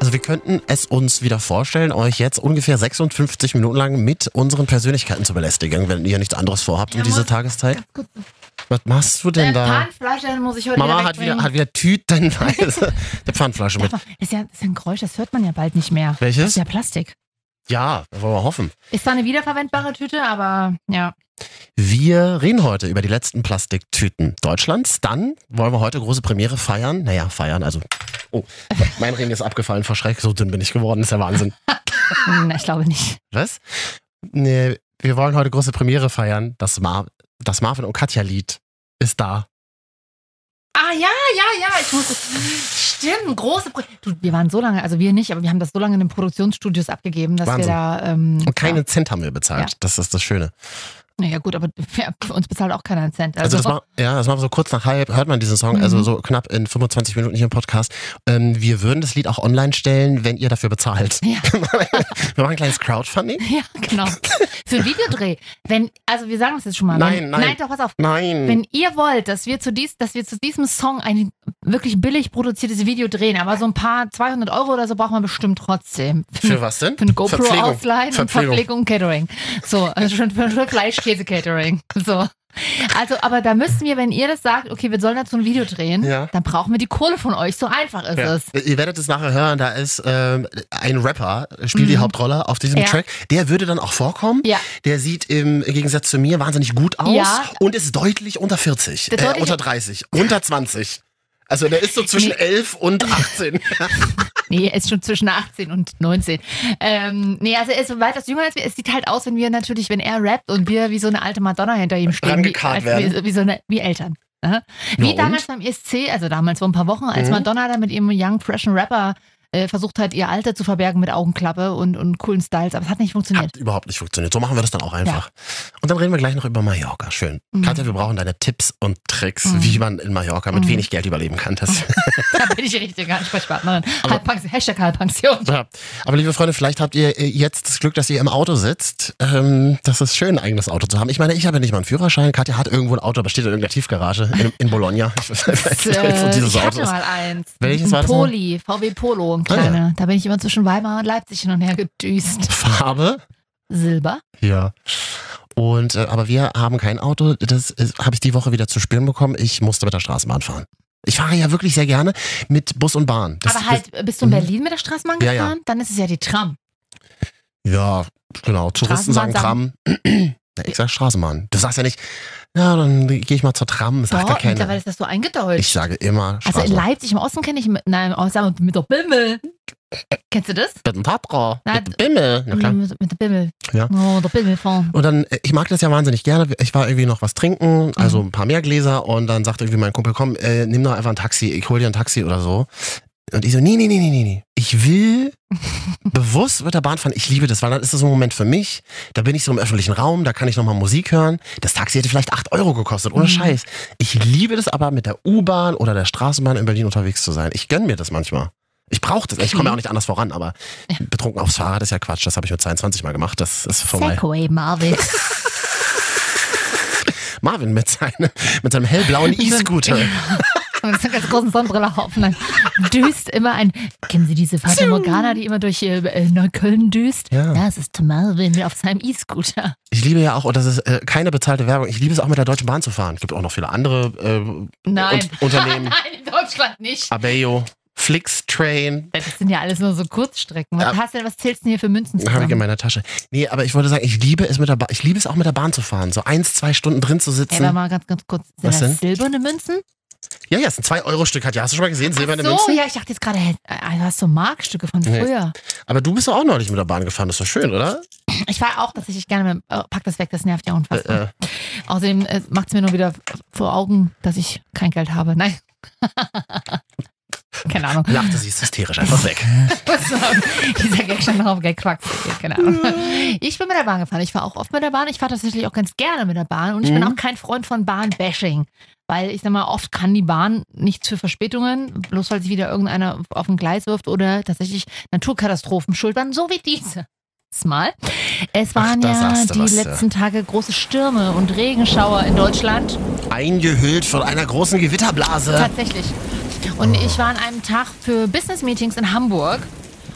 Also wir könnten es uns wieder vorstellen, euch jetzt ungefähr 56 Minuten lang mit unseren Persönlichkeiten zu belästigen, wenn ihr nichts anderes vorhabt um diese Tageszeit. Was machst du denn Äh, da? Panflasche muss ich heute Mama hat wieder, hat wieder tütenweise eine Pfandflasche mit. ist, ja, ist ja ein Geräusch, das hört man ja bald nicht mehr. Welches? Ist ja Plastik. Ja, das wollen wir hoffen. Ist zwar eine wiederverwendbare Tüte, aber ja. Wir reden heute über die letzten Plastiktüten Deutschlands. Dann wollen wir heute große Premiere feiern. Naja, feiern, also. Oh, mein Reden ist abgefallen vor Schreck. So dünn bin ich geworden, ist ja Wahnsinn. Hm, ich glaube nicht. Was? Nee, wir wollen heute große Premiere feiern. Das, Mar das Marvin und Katja-Lied ist da. Ah, ja, ja, ja. Ich muss. Stimmt, große. Pro du, wir waren so lange, also wir nicht, aber wir haben das so lange in den Produktionsstudios abgegeben, dass Wahnsinn. wir da. Ähm, Und keinen Ja, Cent haben wir bezahlt. Das ist das Schöne. naja, gut, aber ja, für uns bezahlt auch keiner einen Cent. Also, das war, ja, das war so kurz nach halb, hört man diesen Song, Mhm. also so knapp in 25 Minuten hier im Podcast. Ähm, wir würden das Lied auch online stellen, wenn ihr dafür bezahlt. Ja. wir machen ein kleines Crowdfunding. Ja, genau. Für einen Videodreh. Wenn, also wir sagen das jetzt schon mal. Nein, wenn, nein. Nein, doch, pass auf. Nein. Wenn ihr wollt, dass wir, zu dies, dass wir zu diesem Song ein wirklich billig produziertes Video drehen, aber so ein paar 200 Euro oder so braucht man bestimmt trotzdem. Für was denn? Für ein GoPro Verpflegung. ausleihen und Verpflegung. Verpflegung Catering. So, also schon für, für Fleischkäse-Catering. So. Also, aber da müssten wir, wenn ihr das sagt, okay, wir sollen dazu ein Video drehen, Ja. dann brauchen wir die Kohle von euch. So einfach ist Ja. es. Ihr werdet es nachher hören, da ist ähm, ein Rapper, spielt die Mhm. Hauptrolle auf diesem Ja. Track. Der würde dann auch vorkommen. Ja. Der sieht im Gegensatz zu mir wahnsinnig gut aus Ja. und ist deutlich unter 40, Der äh, deutlich- unter 30, unter 20. Also der ist so zwischen Nee. 11 und 18. Nee, er ist schon zwischen 18 und 19. Ähm, nee, also er ist weitaus jünger als wir. Es sieht halt aus, wenn wir natürlich, wenn er rappt und wir wie so eine alte Madonna hinter ihm stehen. Wie, Rangekarrt als, werden. wie, wie, so eine, wie Eltern. ne? Na Wie und? damals beim ESC, also damals vor ein paar Wochen, als Mhm. Madonna da mit ihrem Young, freshen Rapper äh, versucht hat, ihr Alter zu verbergen mit Augenklappe und, und coolen Styles. Aber es hat nicht funktioniert. Hat überhaupt nicht funktioniert. So machen wir das dann auch einfach. Und dann reden wir gleich noch über Mallorca. Schön. Mhm. Katja, wir brauchen deine Tipps und Tricks, Mhm. wie man in Mallorca mit Mhm. wenig Geld überleben kann. Das da bin ich richtig Ansprechpartnerin. Halbpension, Hashtag Halbpension. Ja. Aber liebe Freunde, vielleicht habt ihr äh, jetzt das Glück, dass ihr im Auto sitzt. Ähm, das ist schön, ein eigenes Auto zu haben. Ich meine, ich habe ja nicht mal einen Führerschein. Katja hat irgendwo ein Auto, aber steht in irgendeiner Tiefgarage in, in Bologna. Ich weiß nicht, wo Äh, dieses ich Auto hatte ist. mal eins. Welches ein war das noch? Poli, VW Polo, ein Ah, ja. kleiner. Da bin ich immer zwischen Weimar und Leipzig hin und her gedüst. Farbe? Silber. Ja. Und, äh, aber wir haben kein Auto. Das ist- habe ich die Woche wieder zu spüren bekommen. Ich musste mit der Straßenbahn fahren. Ich fahre ja wirklich sehr gerne mit Bus und Bahn. Das- aber halt, bist du in Mhm. Berlin mit der Straßenbahn Ja, gefahren? ja. Dann ist es ja die Tram. Das, ja, genau. Touristen sagen Straßenbahn Tram. Na, Ich sag Straßenbahn. Du sagst ja nicht, ja, dann gehe ich mal zur Tram. Sagt Boah, ja keiner. mittlerweile ist das so eingedeutscht. Ich sage immer also in Straßenbahn. Leipzig im Osten kenne ich, mit- nein, im Osten mit der Bimmel. Kennst du das? Mit dem Tapra, Na, mit dem Bimmel. Na klar. Mit, mit der Bimmel. Ja. Oh, der Bimmel fahren. Und dann, äh, ich mag das ja wahnsinnig gerne. Ich war irgendwie noch was trinken, also ein paar mehr Gläser. Und dann sagt irgendwie mein Kumpel, komm, äh, nimm doch einfach ein Taxi, ich hol dir ein Taxi oder so. Und ich so, nee, nee, nee, nee, nee, nee. Ich will bewusst mit der Bahn fahren. Ich liebe das, weil dann ist das so ein Moment für mich. Da bin ich so im öffentlichen Raum, da kann ich nochmal Musik hören. Das Taxi hätte vielleicht 8 Euro gekostet, ohne Mhm. Scheiß. Ich liebe das aber, mit der U-Bahn oder der Straßenbahn in Berlin unterwegs zu sein. Ich gönn mir das manchmal. Ich brauche das. Ich komme ja auch nicht anders voran, aber betrunken aufs Fahrrad ist ja Quatsch. Das habe ich mit 22 mal gemacht. Das ist vorbei. Segway, Marvin. Marvin mit seinem, mit seinem hellblauen E-Scooter. mit so einer ganz großen Sonnenbrille auf. Und dann düst immer ein. Kennen Sie diese Fata Morgana, die immer durch äh, äh, Neukölln düst? Ja. Das ist Marvin auf seinem E-Scooter. Ich liebe ja auch, und das ist äh, keine bezahlte Werbung, ich liebe es auch mit der Deutschen Bahn zu fahren. Gibt auch noch viele andere äh, Nein. Un- Unternehmen. Nein, in Deutschland nicht. Abeo, Flixtrain. Das sind ja alles nur so Kurzstrecken. Was, Ja. hast denn, was zählst du denn hier für Münzen Habe ich in zusammen? meiner Tasche. Nee, aber ich wollte sagen, ich liebe es mit der Bahn, ich liebe es auch mit der Bahn zu fahren. So eins, zwei Stunden drin zu Ey, aber sitzen. mal ganz, ganz kurz. Sind Was das silberne Münzen? Ja, ja, es ist ein 2-Euro-Stück hat. Ja, hast du schon mal gesehen, silberne so, Münzen? ja, ich dachte jetzt gerade, hä, äh, du hast so Markstücke von Nee. früher. Aber du bist doch auch neulich mit der Bahn gefahren, das war schön, oder? Ich war auch tatsächlich gerne mit, oh, pack das weg, das nervt ja Äh, unfassbar. äh, Außerdem äh, macht es mir nur wieder vor Augen, dass ich kein Geld habe. Nein. Keine Ahnung. Lachte sie ist hysterisch einfach weg. So, dieser Gag stand noch auf Gagquacks. Keine Ahnung. genau. Ich bin mit der Bahn gefahren. Ich fahre auch oft mit der Bahn. Ich fahre tatsächlich auch ganz gerne mit der Bahn. Und ich bin Mhm. auch kein Freund von Bahnbashing. Weil ich sag mal, oft kann die Bahn nichts für Verspätungen, bloß weil sich wieder irgendeiner auf ein Gleis wirft oder tatsächlich Naturkatastrophen schultern, so wie diese. Dieses Mal. Es waren da ja sagst du die was, ja. letzten Tage große Stürme und Regenschauer in Deutschland. Eingehüllt von einer großen Gewitterblase. Tatsächlich. Und ich war an einem Tag für Business-Meetings in Hamburg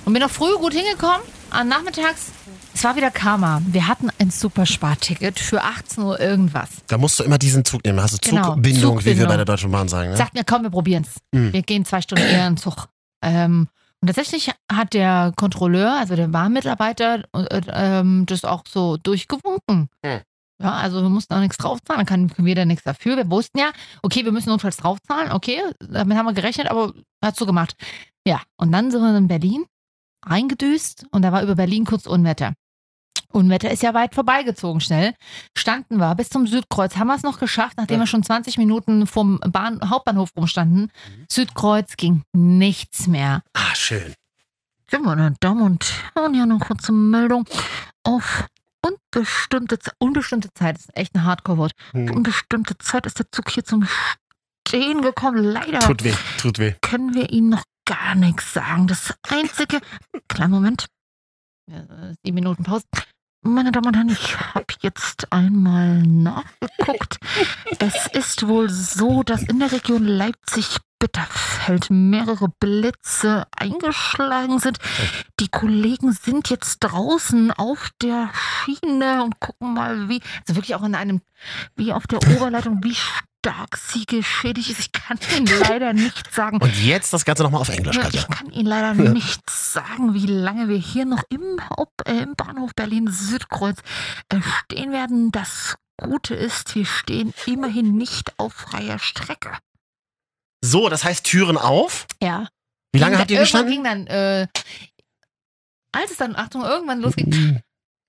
und bin noch früh gut hingekommen. An nachmittags, es war wieder Karma. Wir hatten ein Supersparticket für 18 Uhr irgendwas. Da musst du immer diesen Zug nehmen. Also Genau, Zugbindung, wie wir Zugbindung. bei der Deutschen Bahn sagen. Ne? Sagt mir, komm, wir probieren's. Wir gehen zwei Stunden eher in den Zug. Ähm, und tatsächlich hat der Kontrolleur, also der Bahnmitarbeiter, äh, ähm, das auch so durchgewunken. Hm. Ja, also wir mussten auch nichts draufzahlen, dann kann- können wir da nichts dafür. Wir wussten ja, okay, wir müssen notfalls draufzahlen, okay, damit haben wir gerechnet, aber hat so gemacht. Ja, und dann sind wir in Berlin reingedüst und da war über Berlin kurz Unwetter. Unwetter ist ja weit vorbeigezogen schnell. Standen wir bis zum Südkreuz. Haben wir es noch geschafft, nachdem wir schon 20 Minuten vom Bahn Hauptbahnhof rumstanden. Südkreuz ging nichts mehr. Ah, schön. So, meine Damen und Herren, hier eine kurze Meldung auf unbestimmte, Ze- unbestimmte Zeit. Das ist echt ein Hardcore-Wort. Auf Hm. Unbestimmte Zeit ist der Zug hier zum Stehen gekommen. Leider Tut weh, tut weh. können wir Ihnen noch gar nichts sagen. Das einzige. Kleinen Moment. Äh, Sieben Minuten Pause. Meine Damen und Herren, ich habe jetzt einmal nachgeguckt. Es ist wohl so, dass in der Region Leipzig-Bitterfeld mehrere Blitze eingeschlagen sind. Die Kollegen sind jetzt draußen auf der Schiene und gucken mal, wie, also wirklich auch in einem, wie auf der Oberleitung, wie stark sie geschädigt ist. Ich kann Ihnen leider nicht sagen. Und jetzt das Ganze nochmal auf Englisch, Ja, Katja. ich kann Ihnen leider nicht sagen, wie lange wir hier noch im, Haupt, äh, im Bahnhof Berlin-Südkreuz äh, stehen werden. Das Gute ist, wir stehen immerhin nicht auf freier Strecke. So, das heißt Türen auf. Ja. Wie lange habt ihr gestanden? ging dann, äh, als es dann, Achtung, irgendwann losging,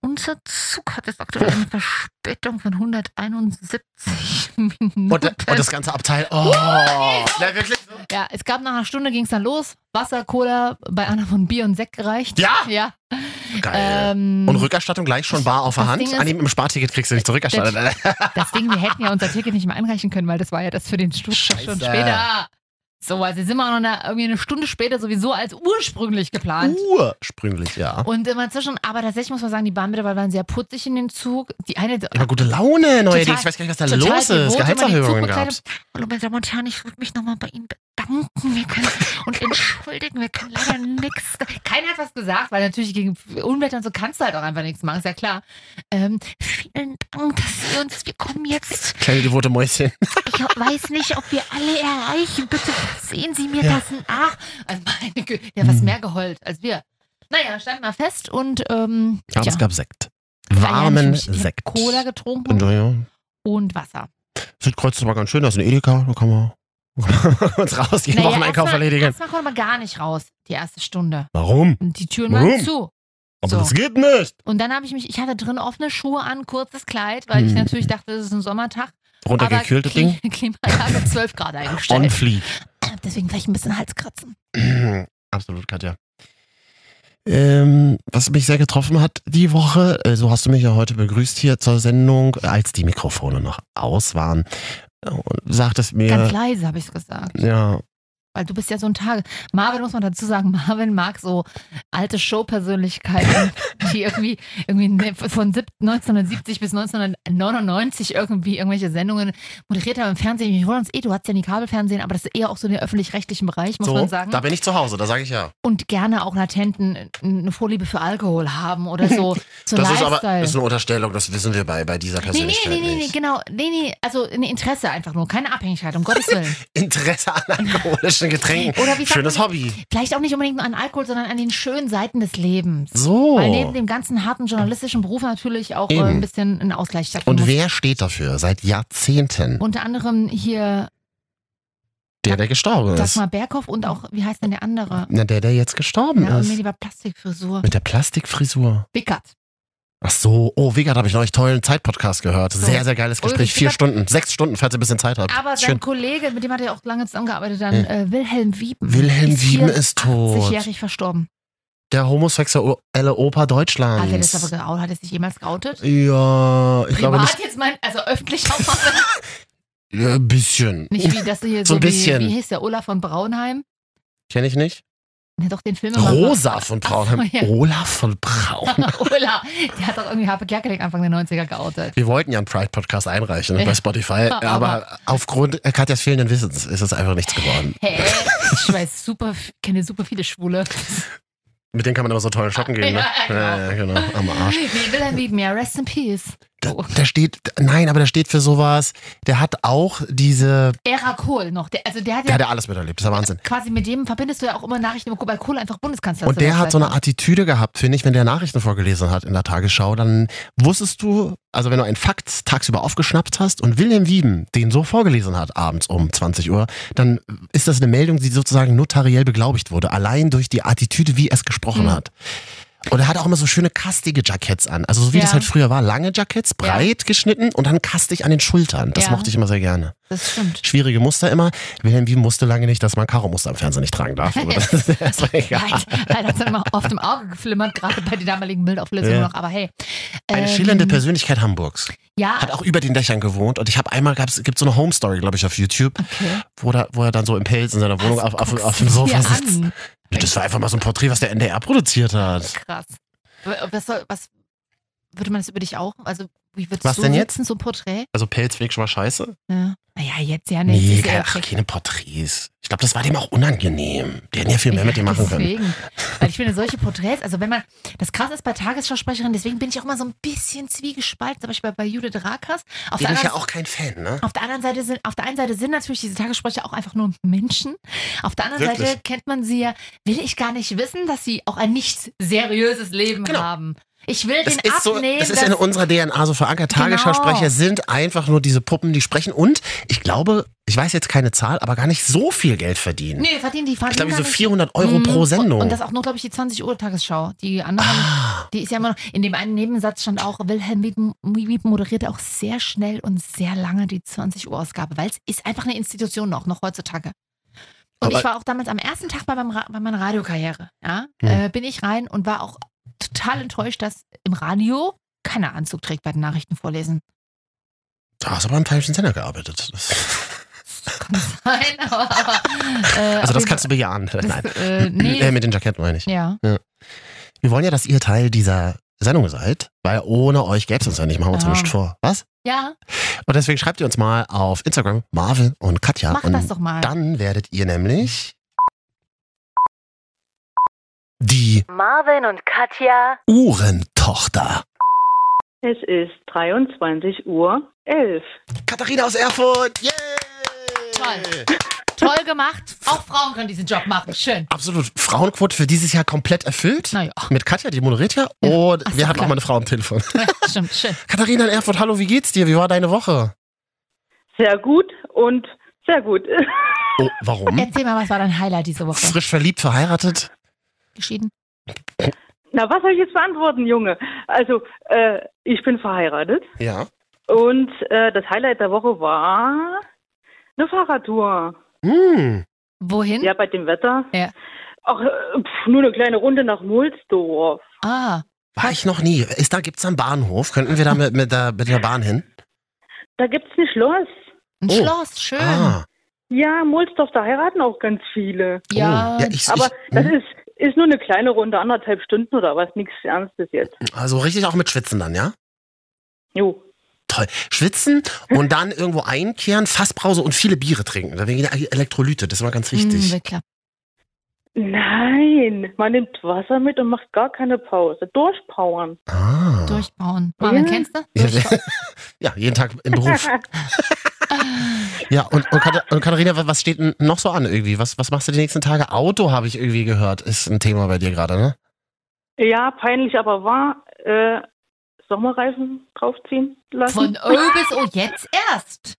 unser Zug hat jetzt aktuell eine Verspätung von 171 Minuten. Und, und das ganze Abteil. Oh, na wirklich? ja, es gab nach einer Stunde ging es dann los. Wasser, Cola, bei einer von Bier und Sekt gereicht. Ja? Ja. Geil. Ähm, und Rückerstattung gleich schon bar auf der das Hand. Ding ist- An dem im Sparticket kriegst du nicht zurückerstattet. Das Ding, wir hätten ja unser Ticket nicht mehr einreichen können, weil das war ja das für den Stuhl Scheiße. schon später. So, also sind wir auch noch eine, irgendwie eine Stunde später sowieso als Uh. ursprünglich geplant. Ursprünglich, ja. Und immer zwischen, aber tatsächlich muss man sagen, die Bahnmitarbeiter waren sehr putzig in dem Zug. Die eine Immer gute Laune neuerdings. Total- ich weiß gar nicht, was da total los ist. devot, Gehaltserhöhungen immer die gab's. Hallo, meine Damen und Herren, ich würde mich nochmal bei Ihnen bedanken. Wir können und entschuldigen, wir können leider nichts. Keiner hat was gesagt, weil natürlich gegen Unwetter und so kannst du halt auch einfach nichts machen, ist ja klar. Ähm, vielen Dank, dass Sie uns, wir kommen jetzt. Kleine devote Mäuschen. Ich weiß nicht, ob wir alle erreichen. Bitte sehen Sie mir das nach. Also meine Güte, ja, Hm. was mehr geheult als wir. Naja, stand mal fest und ähm, Ja, aber tja, es gab Sekt. war ja Warmen natürlich- ich hab Sekt. Cola Und getrunken naja, und Wasser. Südkreuz ist aber ganz schön, da ist ein Edeka, da kann man uns rausgehen, noch einen Einkauf erstmal- erledigen. Erstmal konnte man gar nicht raus, die erste Stunde. Warum? Und die Türen Warum? waren zu. Aber So. das geht nicht. Und dann habe ich mich, ich hatte drin offene Schuhe an, kurzes Kleid, weil ich Hm. natürlich dachte, es ist ein Sommertag. Aber äh, Runtergekühlt, das Ding. Kli- Klimaanlage 12 Grad On eingestellt. fleek. Deswegen vielleicht ein bisschen Halskratzen. Absolut, Katja. Ähm, was mich sehr getroffen hat die Woche, äh, so hast du mich ja heute begrüßt hier zur Sendung, als die Mikrofone noch aus waren, äh, und sagtest mir, Ganz leise habe ich es gesagt. ja, Weil du bist ja so ein Tage. Marvin muss man dazu sagen, Marvin mag so alte Showpersönlichkeiten, die irgendwie, irgendwie ne- von sieb- 1970 bis 1999 irgendwie irgendwelche Sendungen moderiert haben im Fernsehen. Ich wundere uns eh, du hast ja nie Kabelfernsehen, aber das ist eher auch so in den öffentlich-rechtlichen Bereich, muss so, man sagen. da bin ich zu Hause, da sage ich ja. Und gerne auch latenten eine Vorliebe für Alkohol haben oder so. so das ist Lifestyle. aber ist eine Unterstellung, das wissen wir bei, bei dieser Nee, nee, Persönlichkeit nee, nee, nee, nicht. genau. Nee, nee, also ein Interesse einfach nur, keine Abhängigkeit, um Gottes Willen. Interesse an alkoholischen Getränken. Oder wie sagt Schönes man- Hobby. Vielleicht auch nicht unbedingt nur an Alkohol, sondern an den schönen Seiten des Lebens. So. Weil neben dem ganzen harten journalistischen Beruf natürlich auch äh, Oh. Eben. ein bisschen ein Ausgleich stattfindet. Und wer steht dafür seit Jahrzehnten? Unter anderem hier der, der gestorben ist. Dagmar Berghoff und auch, wie heißt denn der Hm, andere? Na, der, der jetzt gestorben Ja, und mir ist. lieber Plastikfrisur. Mit der Plastikfrisur. Bickert. Ach so, oh, Vegard habe ich neulich tollen Zeitpodcast gehört. Sehr, sehr geiles Ulrich Gespräch. Vier Wiegert- Stunden, sechs Stunden, falls ihr ein bisschen Zeit habt. Aber sein Schön. Kollege, mit dem hat er auch lange zusammengearbeitet, dann Ja. äh, Wilhelm Wieben. Wilhelm Wieben ist tot. 80-jährig verstorben. Der homosexuelle Opa Deutschlands. Hat er das Ah, aber geoutet? Hat er sich jemals geoutet? ja, ich glaube Privat nicht. jetzt mein, also öffentlich auch mal. Ja, Ein bisschen. Nicht wie, dass du hier So so, ein bisschen. Wie, wie hieß der Olaf von Braunheim? Kenne ich nicht. Der hat doch den Film gemacht. Rosa von Braunheim. Ach so, ja. Olaf von Braun. Olaf. Der hat doch irgendwie Harpe Kerkeling Anfang der 90er geoutet. Wir wollten ja einen Pride-Podcast einreichen Ja. bei Spotify, Aber- aber, aufgrund Katjas fehlenden Wissens ist es einfach nichts geworden. Hä? Ich weiß super, kenne super viele Schwule. Mit denen kann man immer so tollen Shoppen gehen, ne? Ja, Ja, ja, genau. Am Arsch. Nee, Wilhelm Wieben, ja, rest in peace. Oh, Da, da steht, nein, aber da steht für sowas. Der hat auch diese, Era Kohl noch. Der, also der hat der ja hat ja alles miterlebt, das ist ja Wahnsinn. quasi mit dem verbindest du ja auch immer Nachrichten, weil Kohl einfach Bundeskanzler Und zu der hat so Zeit eine Attitüde gehabt, finde ich, wenn der Nachrichten vorgelesen hat in der Tagesschau, dann wusstest du, also wenn du einen Fakt tagsüber aufgeschnappt hast und Wilhelm Wieben den so vorgelesen hat, abends um 20 Uhr, dann ist das eine Meldung, die sozusagen notariell beglaubigt wurde, allein durch die Attitüde, wie er es gesprochen Mhm. hat. Und er hat auch immer so schöne kastige Jacketts an. Also so wie Ja. das halt früher war, lange Jacketts, breit geschnitten und dann kastig an den Schultern. Das Ja. mochte ich immer sehr gerne. Das stimmt. Schwierige Muster immer. Wilhelm Wieben musste lange nicht, dass man Karo-Muster am Fernsehen nicht tragen darf. Aber das ist erstmal egal. Weil, weil das dann immer oft im Auge geflimmert, gerade bei der damaligen Bildauflösung Ja. noch. Aber hey. Eine ähm, schillernde Persönlichkeit Hamburgs. Ja, Hat auch über den Dächern gewohnt und ich habe einmal, gab's, gibt so eine Home Story, glaube ich, auf YouTube, okay. wo, da, wo er dann so im Pelz in seiner Wohnung Was auf, auf, guckst auf du dem Sofa dir sitzt. an? Das war einfach mal so ein Porträt, was der NDR produziert hat. Krass. Was, soll, was würde man das über dich auch? Also, wie würdest Was du denn jetzt? sitzen, so ein Porträt? Also Pelz finde ich schon mal scheiße. Ja. Naja, jetzt ja nicht. Nee, Ist ja keine, ach, keine Porträts. Ich glaube, das war dem auch unangenehm. Die hätten ja viel mehr mit ihm Ja, machen können. Deswegen. Weil ich finde, solche Porträts, also wenn man, das krass ist bei Tagesschausprecherinnen, deswegen bin ich auch immer so ein bisschen zwiegespalten, zum Beispiel bei Judith Rakers. Auf Die der bin ich ja anderen auch kein Fan, ne? Auf der anderen Seite sind, auf der einen Seite sind natürlich diese Tagessprecher auch einfach nur Menschen. Auf der anderen Wirklich? Seite kennt man sie ja, will ich gar nicht wissen, dass sie auch ein nicht seriöses Leben Genau. haben. Ich will Das den ist, so, abnehmen. das ist in dass- unserer DNA so verankert. Tagesschausprecher Genau. sind einfach nur diese Puppen, die sprechen. Und ich glaube, ich weiß jetzt keine Zahl, aber gar nicht so viel Geld verdienen. Nee, verdienen die Ich verdienen glaube, da so nicht- 400 Euro Mm, pro Sendung. Und, und das auch nur, glaube ich, die 20 Uhr Tagesschau. Die anderen, Ah, die ist ja immer noch. In dem einen Nebensatz stand auch, Wilhelm Wieben Wieben moderierte auch sehr schnell und sehr lange die 20 Uhr Ausgabe, weil es ist einfach eine Institution noch, noch heutzutage. Und Aber- ich war auch damals am ersten Tag bei, meinem Ra bei meiner Radiokarriere. Ja? Hm. Äh, bin ich rein und war auch total enttäuscht, dass im Radio keiner Anzug trägt bei den Nachrichten vorlesen. da hast du aber im falschen Sender gearbeitet. Äh, Das, Kann sein, aber. aber äh, also das kannst du bejahen. Nein. Äh, nee. Äh, mit den Jackett meine ich. ja. Wir wollen ja, dass ihr Teil dieser Sendung seid, weil ohne euch gäbe es uns ja nicht. Machen wir uns Ja. ja. nicht vor. Was? Ja, Und deswegen schreibt ihr uns mal auf Instagram Marvel und Katja. mach und das doch mal. dann werdet ihr nämlich die Marvin und Katja. Uhrentochter. Es ist 23 Uhr 11. Katharina aus Erfurt. Yay! Toll. Toll gemacht. Auch Frauen können diesen Job machen. Schön. Absolut. Frauenquote für dieses Jahr komplett erfüllt. Naja, Mit Katja, die moderiert ja. Ja. Und Ach so, wir hatten klar. auch mal eine Frau am Telefon. stimmt, schön. Katharina in Erfurt, hallo, wie geht's dir? Wie war deine Woche? Sehr gut und sehr gut. Oh, warum? Erzähl mal, was war dein Highlight diese Woche? Frisch verliebt, verheiratet? Geschieden? Na, was soll ich jetzt beantworten, Junge? Also, äh, ich bin verheiratet Ja. und äh, das Highlight der Woche war eine Fahrradtour. Hm. Wohin? Ja, bei dem Wetter. Mhm. Ja. Ach, äh, pf, nur eine kleine Runde nach Mulsdorf. Ah, War ich noch nie. Ist da, gibt's da einen Bahnhof? Könnten wir da mit, mit, der, mit der Bahn hin? Da gibt's ein Schloss. ein Oh. Schloss. Schön. Ah. Ja, Mulsdorf, da heiraten auch ganz viele. oh. Ja. ja ich, Aber ich, das hm. ist, ist nur eine kleine Runde, anderthalb Stunden oder was, nichts Ernstes jetzt. also richtig auch mit Schwitzen dann, ja? Jo. Toll. Schwitzen und dann irgendwo einkehren, Fassbrause und viele Biere trinken. Da wegen der Elektrolyte, das war ganz Hm, wichtig. wird klar. Nein, man nimmt Wasser mit und macht gar keine Pause. Durchpowern. ah. Durchbauen. Marvin, Ja. kennst du? Ja, ja, jeden Tag im Beruf. Ja, und, und, Katha- und Katharina, wa- was steht denn noch so an irgendwie? Was, was machst du die nächsten Tage? Auto habe ich irgendwie gehört, ist ein Thema bei dir gerade, ne? ja, peinlich aber wahr. Äh, Sommerreifen draufziehen lassen. Von O bis O jetzt erst.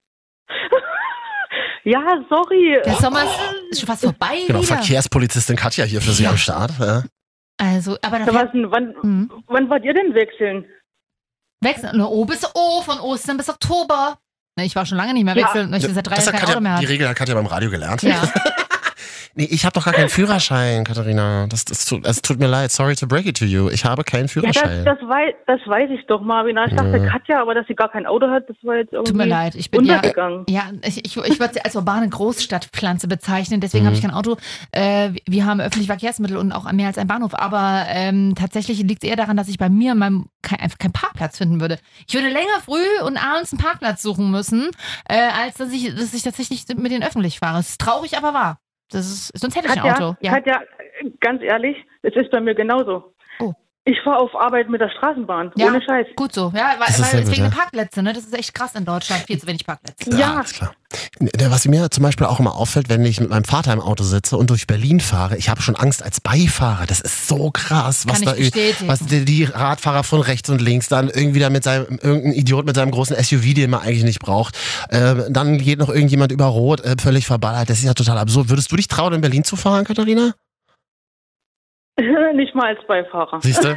ja, sorry. Der Sommer ist- ist schon fast vorbei Genau, wieder. Verkehrspolizistin Katja hier für Sie am Start. Ja. Also, aber da Was, denn, wann, Hm. wann wollt ihr denn wechseln? Wechseln. Ne, O bis O, von Ostern bis Oktober. Ne, ich war schon lange nicht mehr Ja. wechseln, weil ich seit drei Das Jahren hat kein Auto mehr Katja, die habe. Regel hat Katja beim Radio gelernt. Ja. Nee, ich habe doch gar keinen Führerschein, Katharina. Das, das, tut, das tut mir leid. Sorry to break it to you. Ich habe keinen Ja, das, Führerschein. das, wei das weiß ich doch, Marvin. Ich dachte, Ja. Katja, aber dass sie gar kein Auto hat, das war jetzt irgendwie Tut mir leid, ich bin ja. untergegangen. Ja, ich, ich, ich würde sie als urbane Großstadtpflanze bezeichnen, deswegen habe ich Mhm. kein Auto. Äh, wir haben öffentliche Verkehrsmittel und auch mehr als einen Bahnhof, aber ähm, tatsächlich liegt es eher daran, dass ich bei mir in meinem kein, einfach keinen Parkplatz finden würde. Ich würde länger früh und abends einen Parkplatz suchen müssen, äh, als dass ich, dass ich tatsächlich mit den öffentlich fahre. Das ist traurig, aber wahr. Das ist, sonst hätte ich ein Katja, Auto. Ja. Katja, ganz ehrlich, es ist bei mir genauso. Oh. Ich fahre auf Arbeit mit der Straßenbahn, Ja. ohne Scheiß. Gut so, ja, weil, Das ist sehr weil gut, wegen ja. der Parkplätze, ne? Das ist echt krass in Deutschland, viel zu wenig Parkplätze. Ja, Ja. alles klar. Ne, Was mir zum Beispiel auch immer auffällt, wenn ich mit meinem Vater im Auto sitze und durch Berlin fahre, ich habe schon Angst als Beifahrer. Das ist so krass, was Kann da ich bestätigen. was die, die Radfahrer von rechts und links dann irgendwie da mit seinem irgendein Idiot mit seinem großen SUV, den man eigentlich nicht braucht. Ähm, dann geht noch irgendjemand über Rot, äh, völlig verballert. Das ist ja total absurd. Würdest du dich trauen, in Berlin zu fahren, Katharina? Nicht mal als Beifahrer. Siehst du?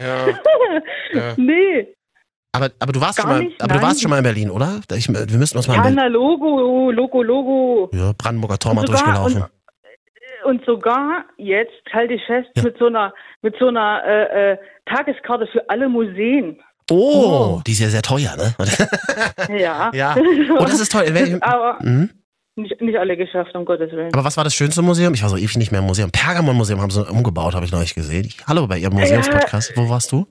ja. Ja. nee, Aber, aber du warst Gar schon mal, nicht, aber du nein. warst schon mal in Berlin, oder? Ich, wir müssen uns mal in ja, Berlin. na, Logo, Logo, Logo. Ja, Brandenburger Tor mal Und sogar- durchgelaufen. Und sogar jetzt, halte ich fest, Ja. mit so einer, mit so einer äh, äh, Tageskarte für alle Museen. Oh, Oh. die ist ja sehr teuer, ne? Ja. ja. Oh, das ist toll. In welchem- Aber Mhm. nicht, nicht alle geschafft, um Gottes Willen. Aber was war das schönste Museum? Ich war so ewig nicht mehr im Museum. Pergamon-Museum haben sie umgebaut, habe ich neulich gesehen. Hallo bei ihrem Museumspodcast. Wo warst du?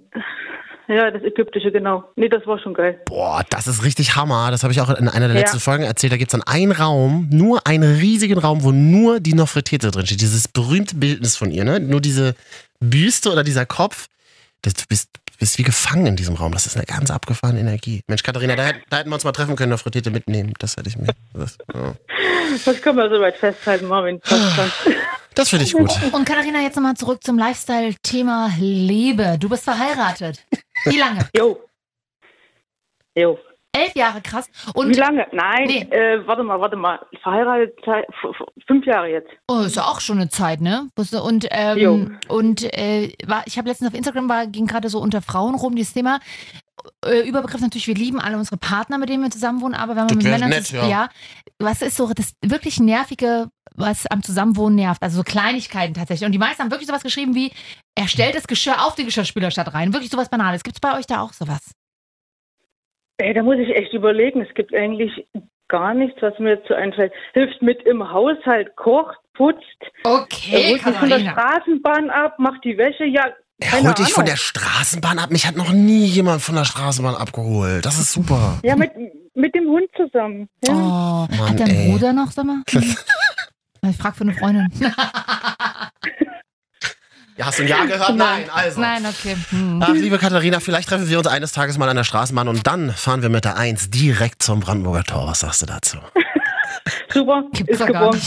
Ja, das Ägyptische, genau. Nee, das war schon geil. Boah, das ist richtig Hammer. Das habe ich auch in einer der Ja. letzten Folgen erzählt. Da gibt es dann einen Raum, nur einen riesigen Raum, wo nur die Nofretete drin steht. Dieses berühmte Bildnis von ihr, ne? Nur diese Büste oder dieser Kopf. Das, du bist, du bist wie gefangen in diesem Raum. Das ist eine ganz abgefahrene Energie. Mensch, Katharina, da, hätten- da hätten wir uns mal treffen können, Nofretete mitnehmen. Das hätte ich mir. Das, ja. Das können wir soweit festhalten, Marvin. Passt schon. das finde ich gut. Und Katharina, jetzt nochmal zurück zum Lifestyle-Thema Liebe. Du bist verheiratet. Wie lange? Jo. Jo. Elf Jahre, krass. Wie Und lange? Nein, Nee. äh, warte mal, warte mal. Verheiratet seit f- f- fünf Jahre jetzt. oh, ist ja auch schon eine Zeit, ne? Wusste- Und, Jo. ähm, und äh, war, ich habe letztens auf Instagram, war, ging gerade so unter Frauen rum, dieses Thema. Äh, Überbegriff natürlich, wir lieben alle unsere Partner, mit denen wir zusammenwohnen, aber wenn man Das mit wär Männern nett, zus- ja. was ist so das wirklich Nervige, was am Zusammenwohnen nervt? Also so Kleinigkeiten tatsächlich. Und die meisten haben wirklich sowas geschrieben wie, er stellt das Geschirr auf den Geschirrspüler statt rein. Wirklich sowas Banales. Gibt es bei euch da auch sowas? Ey, da muss ich echt überlegen. Es gibt eigentlich gar nichts, was mir jetzt so einfällt. Hilft mit im Haushalt, kocht, putzt, äh, Okay, holt mich von der Straßenbahn ab, macht die Wäsche. Ja, Er keine holt dich von Ahnung. der Straßenbahn ab. Mich hat noch nie jemand von der Straßenbahn abgeholt. Das ist super. Ja, mit, mit dem Hund zusammen. Ja. Oh, Mann, hat dein ey. Bruder noch, sag mal? Ich frag für eine Freundin. Ja, hast du ein Ja gehört? Nein, also. Ähm, Nein, okay. Hm. Ach, liebe Katharina, vielleicht treffen wir uns eines Tages mal an der Straßenbahn und dann fahren wir mit der 1 direkt zum Brandenburger Tor. Was sagst du dazu? Super, Gibt's ist doch gar geboren.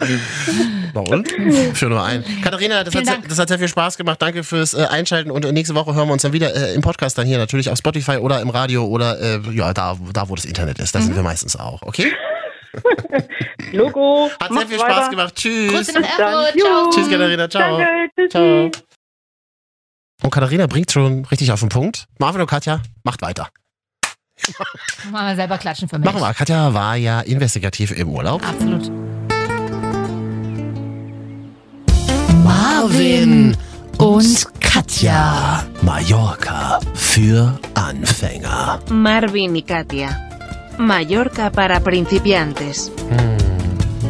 nicht. Na und? Für nur ein. Katharina, das hat, Vielen sehr- Dank. das hat sehr viel Spaß gemacht. Danke fürs äh, Einschalten und nächste Woche hören wir uns dann wieder äh, im Podcast dann hier natürlich auf Spotify oder im Radio oder äh, ja, da, da, wo das Internet ist. Da Mhm. sind wir meistens auch, okay? Logo. Hat sehr macht viel Spaß weiter. gemacht. Tschüss. Grüße nach Bis dann. Erfurt. Ciao. Jo. Tschüss, Katharina. Ciao. Danke, tschüssi. Ciao. Und Katharina bringt schon richtig auf den Punkt. Marvin und Katja, macht weiter. Machen wir selber klatschen für mich. Machen wir. Katja war ja investigativ im Urlaub. Absolut. Marvin und Katja. Mallorca für Anfänger. Marvin y Katia. Mallorca para principiantes.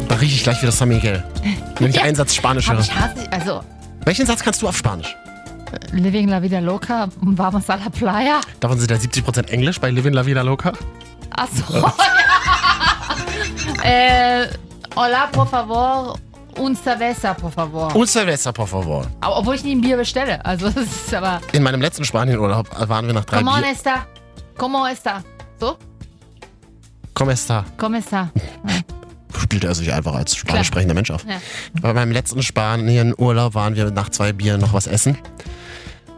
Da rieche ich gleich wieder San Miguel. Wenn ich Ja. einen Satz Spanisch Hab höre. ich hasse, also Welchen Satz kannst du auf Spanisch? Living La Vida Loca, Vamos a la Playa. Davon sind ja 70% Englisch bei Living La Vida Loca. Achso, ja. äh, hola, por favor, un cerveza, por favor. Und Silvester, por favor. Aber Obwohl ich nie ein Bier bestelle. Also, das ist aber. In meinem letzten Spanienurlaub waren wir nach drei Come on, Bier. esta. Como esta. So? Komm, Esther. Como esta. Spielt er sich einfach als spanisch sprechender Mensch auf. Ja. Bei meinem letzten Spanienurlaub waren wir nach zwei Bier noch was essen.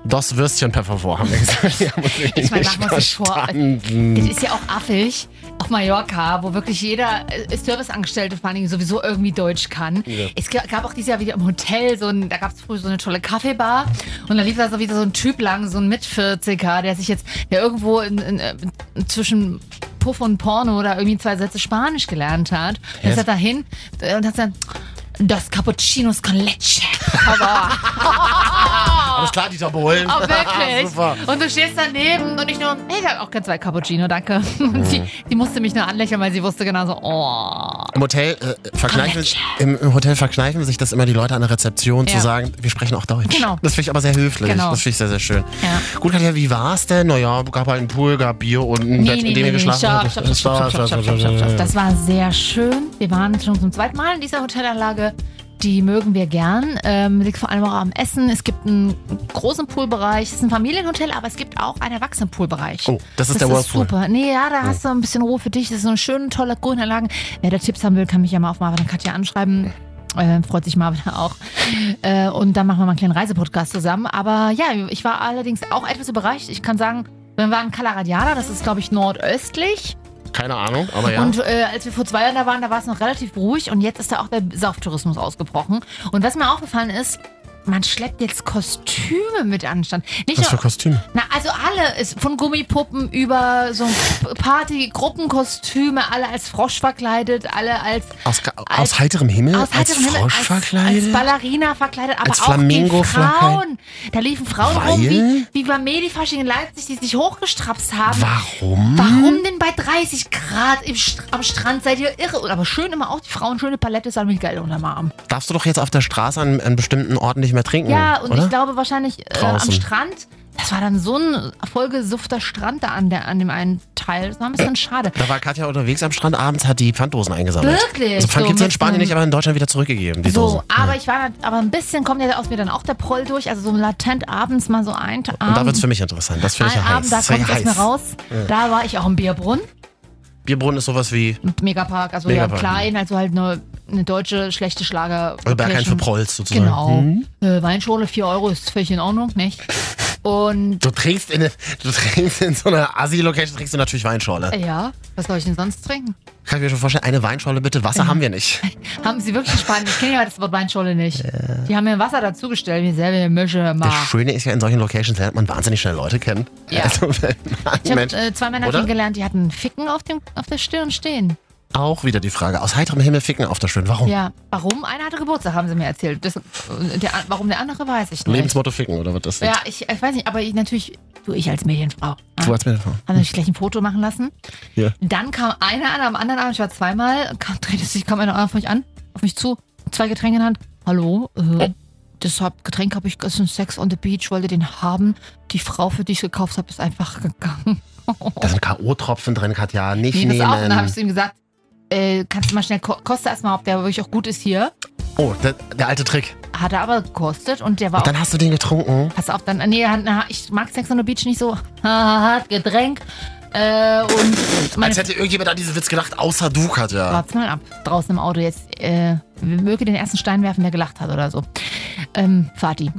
Das Würstchen per favor, haben wir gesagt. Die haben uns Ich meine, nicht machen wir uns vor. verstanden. Es ist ja auch affig auf Mallorca, wo wirklich jeder äh, Serviceangestellte vor allen Dingen sowieso irgendwie Deutsch kann. Ja. Es ga- gab auch dieses Jahr wieder im Hotel, so ein, da gab es früher so eine tolle Kaffeebar und da lief da so wieder so ein Typ lang, so ein mit 40er, der sich jetzt, der irgendwo in, in, äh, zwischen Puff und Porno oder irgendwie zwei Sätze Spanisch gelernt hat. Und ist Hä? er dahin äh, und hat gesagt, das Cappuccinos con leche. Aber Alles klar, Dieter Bohlen. Oh, wirklich? Super. Und du stehst daneben und ich nur, hey, ich hab auch gern zwei Cappuccino, danke. Und sie, die musste mich nur anlächeln, weil sie wusste genau so, oh. Im Hotel, äh, verkneifen, im, Im Hotel verkneifen sich das immer die Leute an der Rezeption zu Ja. sagen, wir sprechen auch Deutsch. Genau. Das finde ich aber sehr höflich. Genau. Das finde ich sehr, sehr schön. Gut, Katja, wie war's denn? Naja, gab halt einen Pool, gab Bier und ein Bett, in dem ihr stopp, geschlafen stopp, habt. stopp, stopp, stopp, stopp, stopp, stopp, stopp. Das war sehr schön. Wir waren schon zum zweiten Mal in dieser Hotelanlage. Die mögen wir gern. Ähm, liegt vor allem auch am Essen. Es gibt einen großen Poolbereich. Es ist ein Familienhotel, aber es gibt auch einen Erwachsenenpoolbereich. Oh, das ist der Whirlpool. Super. Nee, ja, da Ja. hast du ein bisschen Ruhe für dich. Das ist so eine schöne, tolle Grünanlage. Wer da Tipps haben will, kann mich ja mal auf Marvin und Katja anschreiben. Äh, freut sich Marvin auch. Äh, und dann machen wir mal einen kleinen Reisepodcast zusammen. Aber ja, ich war allerdings auch etwas überrascht. Ich kann sagen, wir waren in Calaradiada, das ist, glaube ich, nordöstlich. Keine Ahnung, aber ja. Und äh, als wir vor zwei Jahren da waren, da war es noch relativ ruhig und jetzt ist da auch der Sauftourismus ausgebrochen. Und was mir aufgefallen ist, man schleppt jetzt Kostüme mit an den Stand. Nicht Was für nur, Kostüme? na, also alle, ist von Gummipuppen über so Party-Gruppenkostüme, alle als Frosch verkleidet, alle als Aus, Ka- aus heiterem Himmel? aus heiterem als Himmel, Frosch als, als verkleidet? Ballerina verkleidet, aber Als auch die Flamingo Frauen. Da liefen Frauen rum, Weil? wie, wie beim Medifasching in Leipzig, die sich hochgestrapst haben. Warum? Warum denn bei 30 Grad im Str am Strand seid ihr irre? Aber schön immer auch die Frauen, schöne Palette, San Miguel unterm Arm. Darfst du doch jetzt auf der Straße an, an bestimmten Orten nicht mehr trinken? Ja, und oder? ich glaube wahrscheinlich äh, am Draußen. Strand, das war dann so ein vollgesufter Strand da an, der, an dem einen Teil. Das war ein bisschen schade. Da war Katja unterwegs am Strand, abends hat die Pfanddosen eingesammelt. Wirklich? Also Pfand So gibt's ja in mit Spanien einem- nicht, aber in Deutschland wieder zurückgegeben, die So, Dosen. aber ich war, aber ein bisschen kommt ja aus mir dann auch der Proll durch, also so latent abends mal so ein Und da Abend- wird's für mich interessant. Das finde ich ja ein heiß. Abend, da Das finde kommt ich es aus mir heiß. raus. Ja. Da war ich auch im Bierbrunnen, Bierbrunnen ist sowas wie. im Megapark, also Megapark. ja klein, also halt eine, eine deutsche schlechte Schlager. Also Bergheim für Prolls sozusagen. Genau. Mhm. Äh, Weinschorle, 4 Euro ist völlig in Ordnung, nicht? Und Du trinkst in, du trinkst in so einer Assi-Location, trinkst du natürlich Weinschorle. äh, ja, was soll ich denn sonst trinken? Kann ich mir schon vorstellen, eine Weinschorle bitte. Wasser haben wir nicht. Haben sie wirklich spannend? Ich kenne ja das Wort Weinschorle nicht. Die haben mir Wasser dazugestellt, mir selber eine Mische Das mal. Schöne ist ja, in solchen Locations lernt man wahnsinnig schnell Leute kennen. Ja. Also, wenn man Ich habe Mensch, äh, zwei Männer oder? kennengelernt, die hatten Ficken auf, dem, auf der Stirn stehen. Auch wieder die Frage, aus heiterem Himmel ficken auf der Schön. Warum? Ja, warum? Einer hatte Geburtstag, haben sie mir erzählt. Das, äh, der, warum der andere, weiß ich nicht. Lebensmotto ficken oder was das Ja, ich, ich weiß nicht, aber ich natürlich, du, ich als Medienfrau. ne? ist? Du als Mädchen. Haben natürlich gleich ein Foto machen lassen. Ja. Dann kam einer an, am anderen Abend, ich war zweimal, kam, drehte sich, kam einer auf mich an, auf mich zu, zwei Getränke in der Hand. Hallo, äh, das hab, Getränk habe ich gestern Sex on the Beach, wollte den haben. Die Frau, für die ich gekauft habe, ist einfach gegangen. Da sind K.O.-Tropfen drin, Katja. Nicht Ich das nehmen. auf und dann habe ich zu ihm gesagt, äh, kannst du mal schnell, ko- koste erstmal, ob der wirklich auch gut ist hier. oh, der, der alte Trick. Hat er aber gekostet und der war Und auch dann hast du den getrunken. Pass auf, dann. Nee, hat- na, ich mag Sex on the Beach nicht so. Hat Getränk. Äh, und meine Als hätte irgendjemand an diesen Witz gedacht, außer du, Katja. Wart's mal ab. Draußen im Auto jetzt. Äh, möge den ersten Stein werfen, der gelacht hat oder so. Ähm, Fatih.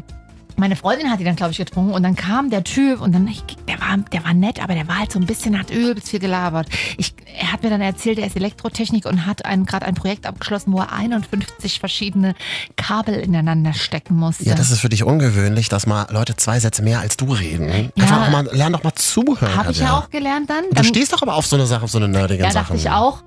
Meine Freundin hat die dann, glaube ich, getrunken und dann kam der Typ und dann, ich, der, war, der war nett, aber der war halt so ein bisschen, hat übelst viel gelabert. Ich, er hat mir dann erzählt, er ist Elektrotechnik und hat ein- gerade ein Projekt abgeschlossen, wo er 51 verschiedene Kabel ineinander stecken musste. Ja, das ist für dich ungewöhnlich, dass mal Leute zwei Sätze mehr als du reden. Ja. Einfach auch mal, lern doch mal zuhören, Habe ich Katja. ja auch gelernt dann. Du dann stehst doch aber auf so eine Sache, auf so eine nerdige Ja, Sache. dachte ich auch.